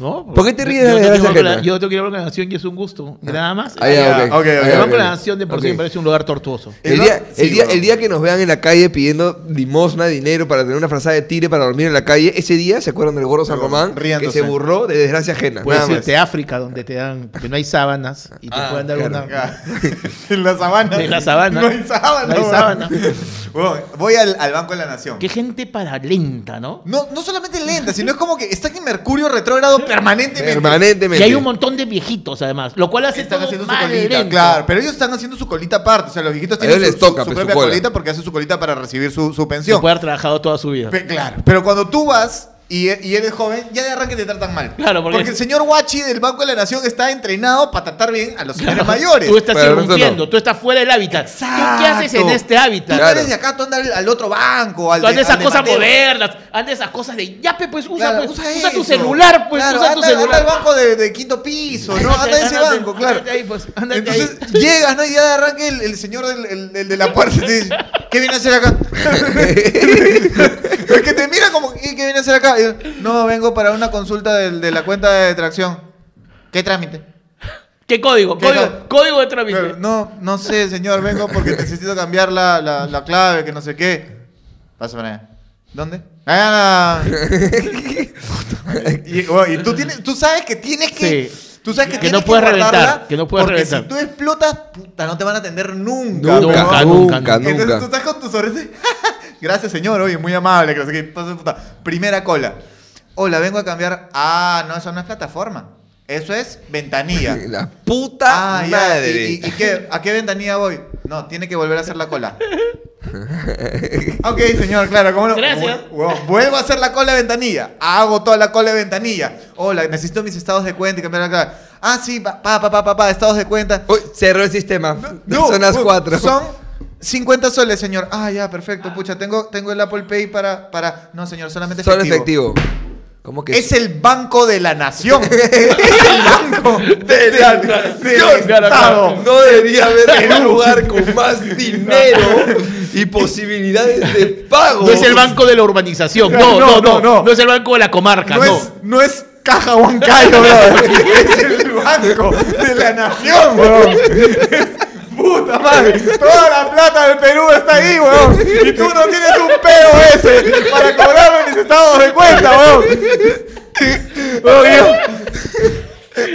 [SPEAKER 1] ¿No? pues,
[SPEAKER 3] ¿Por qué te ríes de
[SPEAKER 1] yo,
[SPEAKER 3] la
[SPEAKER 1] yo, tengo
[SPEAKER 3] desgracia
[SPEAKER 1] que hablar-
[SPEAKER 3] ajena?
[SPEAKER 1] yo tengo que ir a hablar con la nación y es un gusto. Nada más.
[SPEAKER 3] Ah, ya,
[SPEAKER 2] Ah, ok,
[SPEAKER 3] ok.
[SPEAKER 2] ok,
[SPEAKER 3] Ah,
[SPEAKER 1] El
[SPEAKER 3] ya,
[SPEAKER 2] ok.
[SPEAKER 1] Banco de
[SPEAKER 3] ok.
[SPEAKER 1] la Nación de por sí
[SPEAKER 3] Ok.
[SPEAKER 1] me parece un lugar tortuoso.
[SPEAKER 3] El
[SPEAKER 2] El
[SPEAKER 3] día,
[SPEAKER 2] ba-
[SPEAKER 3] el,
[SPEAKER 2] sí,
[SPEAKER 3] día,
[SPEAKER 2] huevón.
[SPEAKER 3] el día que nos vean en la calle pidiendo limosna, dinero para tener una frazada de tigre para dormir en la calle, ese día, ¿se acuerdan del gordo San Román? Que
[SPEAKER 2] Riéndose. Pues
[SPEAKER 3] se burló de desgracia ajena.
[SPEAKER 1] Puedes
[SPEAKER 3] nada más.
[SPEAKER 1] irte a África, donde te dan, porque no hay sábanas y te
[SPEAKER 3] Ah,
[SPEAKER 1] pueden dar una.
[SPEAKER 3] claro.
[SPEAKER 2] Acá. en la sabana.
[SPEAKER 1] En la sabana.
[SPEAKER 2] No hay sabana.
[SPEAKER 1] No hay
[SPEAKER 2] weón.
[SPEAKER 1] sábana.
[SPEAKER 2] Weón, voy al, al Banco de la Nación.
[SPEAKER 1] Qué gente para lenta, ¿no?
[SPEAKER 2] No, no solamente lenta, sino es como que está en Mercurio retrógrado permanentemente.
[SPEAKER 1] Y
[SPEAKER 3] Permanentemente.
[SPEAKER 1] hay un montón de viejitos, además, lo cual hace
[SPEAKER 2] Están
[SPEAKER 1] todo
[SPEAKER 2] haciendo su
[SPEAKER 1] más
[SPEAKER 2] colita,
[SPEAKER 1] lento.
[SPEAKER 2] claro, pero ellos están haciendo su colita aparte. O sea, los viejitos
[SPEAKER 3] A
[SPEAKER 2] tienen
[SPEAKER 3] ellos
[SPEAKER 2] su,
[SPEAKER 3] les toca,
[SPEAKER 2] su
[SPEAKER 3] pues, su
[SPEAKER 2] propia
[SPEAKER 3] cola.
[SPEAKER 2] colita porque hacen su colita para recibir su, su
[SPEAKER 1] Que
[SPEAKER 2] pensión.
[SPEAKER 1] puede haber trabajado toda su vida.
[SPEAKER 2] Pe- claro, pero cuando tú vas y, e- y eres joven, ya de arranque te tratan mal.
[SPEAKER 1] Claro, porque-
[SPEAKER 2] el señor Guachi del Banco de la Nación está entrenado para tratar bien a los señores mayores.
[SPEAKER 1] Tú estás
[SPEAKER 3] Pero de pronto
[SPEAKER 1] irrumpiendo,
[SPEAKER 3] no.
[SPEAKER 1] tú estás fuera del hábitat. ¿Tú ¿Qué haces en
[SPEAKER 2] Exacto.
[SPEAKER 1] este hábitat?
[SPEAKER 2] Tú
[SPEAKER 3] Claro.
[SPEAKER 2] eres de acá, tú andas al, al otro banco, al
[SPEAKER 1] Tú andas
[SPEAKER 2] de- al
[SPEAKER 1] esas
[SPEAKER 2] de
[SPEAKER 1] cosas
[SPEAKER 2] Mateo.
[SPEAKER 1] modernas, andas esas cosas de ya, pe, pues usa,
[SPEAKER 2] Claro,
[SPEAKER 1] pues, usa, tu
[SPEAKER 2] eso.
[SPEAKER 1] celular, pues
[SPEAKER 2] Claro,
[SPEAKER 1] usa tu
[SPEAKER 2] anda,
[SPEAKER 1] celular.
[SPEAKER 2] Anda al banco de, de quinto piso, ¿no? Anda a ese
[SPEAKER 1] Ándate,
[SPEAKER 2] banco, claro.
[SPEAKER 1] ándate ahí, pues, ándate
[SPEAKER 2] Entonces
[SPEAKER 1] ahí.
[SPEAKER 2] llegas, ¿no? Y ya de arranque el, el señor del, el- el de la puerta te dice, ¿qué viene a hacer acá? es que te mira como, "¿Y ¿qué viene a hacer acá? Y yo, no, vengo para una consulta del- de, la cuenta de tracción. ¿Qué trámite?
[SPEAKER 1] ¿Qué código?
[SPEAKER 2] ¿Qué
[SPEAKER 1] código,
[SPEAKER 2] tal?
[SPEAKER 1] código de trámite.
[SPEAKER 2] No, no sé, señor, vengo porque necesito cambiar la, la- la clave, que no sé qué. Pasa para allá. ¿Dónde? Allá en la- y, bueno, y tú, tienes, tú sabes que tienes que.
[SPEAKER 1] Sí.
[SPEAKER 2] Tú sabes que,
[SPEAKER 1] Que
[SPEAKER 2] tienes
[SPEAKER 1] no puedes
[SPEAKER 2] guardarla,
[SPEAKER 1] reventar, que no puedes
[SPEAKER 2] porque
[SPEAKER 1] reventar.
[SPEAKER 2] Si tú explotas, puta, no te van a atender nunca.
[SPEAKER 3] Nunca, nunca,
[SPEAKER 1] Nunca,
[SPEAKER 2] ¿no?
[SPEAKER 3] nunca,
[SPEAKER 1] nunca,
[SPEAKER 2] Entonces tú
[SPEAKER 3] nunca.
[SPEAKER 2] estás con tu sonrisa. y, Gracias, señor, oye, muy amable. Que no sé qué, pasa, puta. Primera cola. Hola, vengo a cambiar. Ah, no, eso no es plataforma. Eso es ventanilla.
[SPEAKER 3] La puta
[SPEAKER 2] ah, ya.
[SPEAKER 3] madre.
[SPEAKER 2] ¿Y, y- y qué? a qué ventanilla voy? No, tiene que volver a hacer la cola. ok, señor, claro, ¿cómo no?
[SPEAKER 1] Gracias.
[SPEAKER 2] Vu- vu- Vuelvo a hacer la cola de ventanilla. Hago toda la cola de ventanilla. Hola, necesito mis estados de cuenta y cambiar la clave. Ah, sí, pa, pa, pa, pa, pa, pa, estados de cuenta.
[SPEAKER 3] Uy, cerró el sistema.
[SPEAKER 2] No,
[SPEAKER 3] son las
[SPEAKER 2] uh,
[SPEAKER 3] cuatro.
[SPEAKER 2] Son 50 soles, señor. Ah, ya, perfecto. Pucha, tengo, tengo el Apple Pay para, para. No, señor, solamente
[SPEAKER 3] Son
[SPEAKER 2] efectivo.
[SPEAKER 3] efectivo. ¿Cómo que?
[SPEAKER 2] Es el banco de la nación. es el banco de la
[SPEAKER 1] Dios,
[SPEAKER 2] nación.
[SPEAKER 1] de la
[SPEAKER 2] Estado.
[SPEAKER 1] nación.
[SPEAKER 3] No debería haber un lugar con más dinero y posibilidades de pago.
[SPEAKER 1] No es el banco de la urbanización. No, no, no. No, es el banco de la comarca,
[SPEAKER 2] No
[SPEAKER 1] no.
[SPEAKER 2] es, no es caja huancayo, bro. es el banco de la nación, bro. Es- Puta madre, toda la plata del Perú está ahí, weón. Y tú no tienes un pedo ese para cobrarme mis estados de cuenta, weón. Oh, Dios.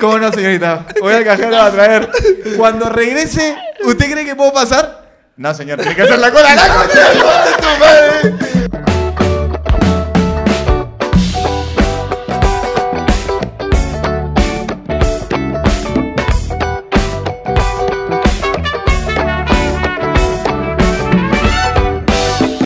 [SPEAKER 2] ¿Cómo no, señorita? Voy al cajero a traer. Cuando regrese, ¿usted cree que puedo pasar? No, señor, tiene que hacer la cola. ¡La cola! de tu madre!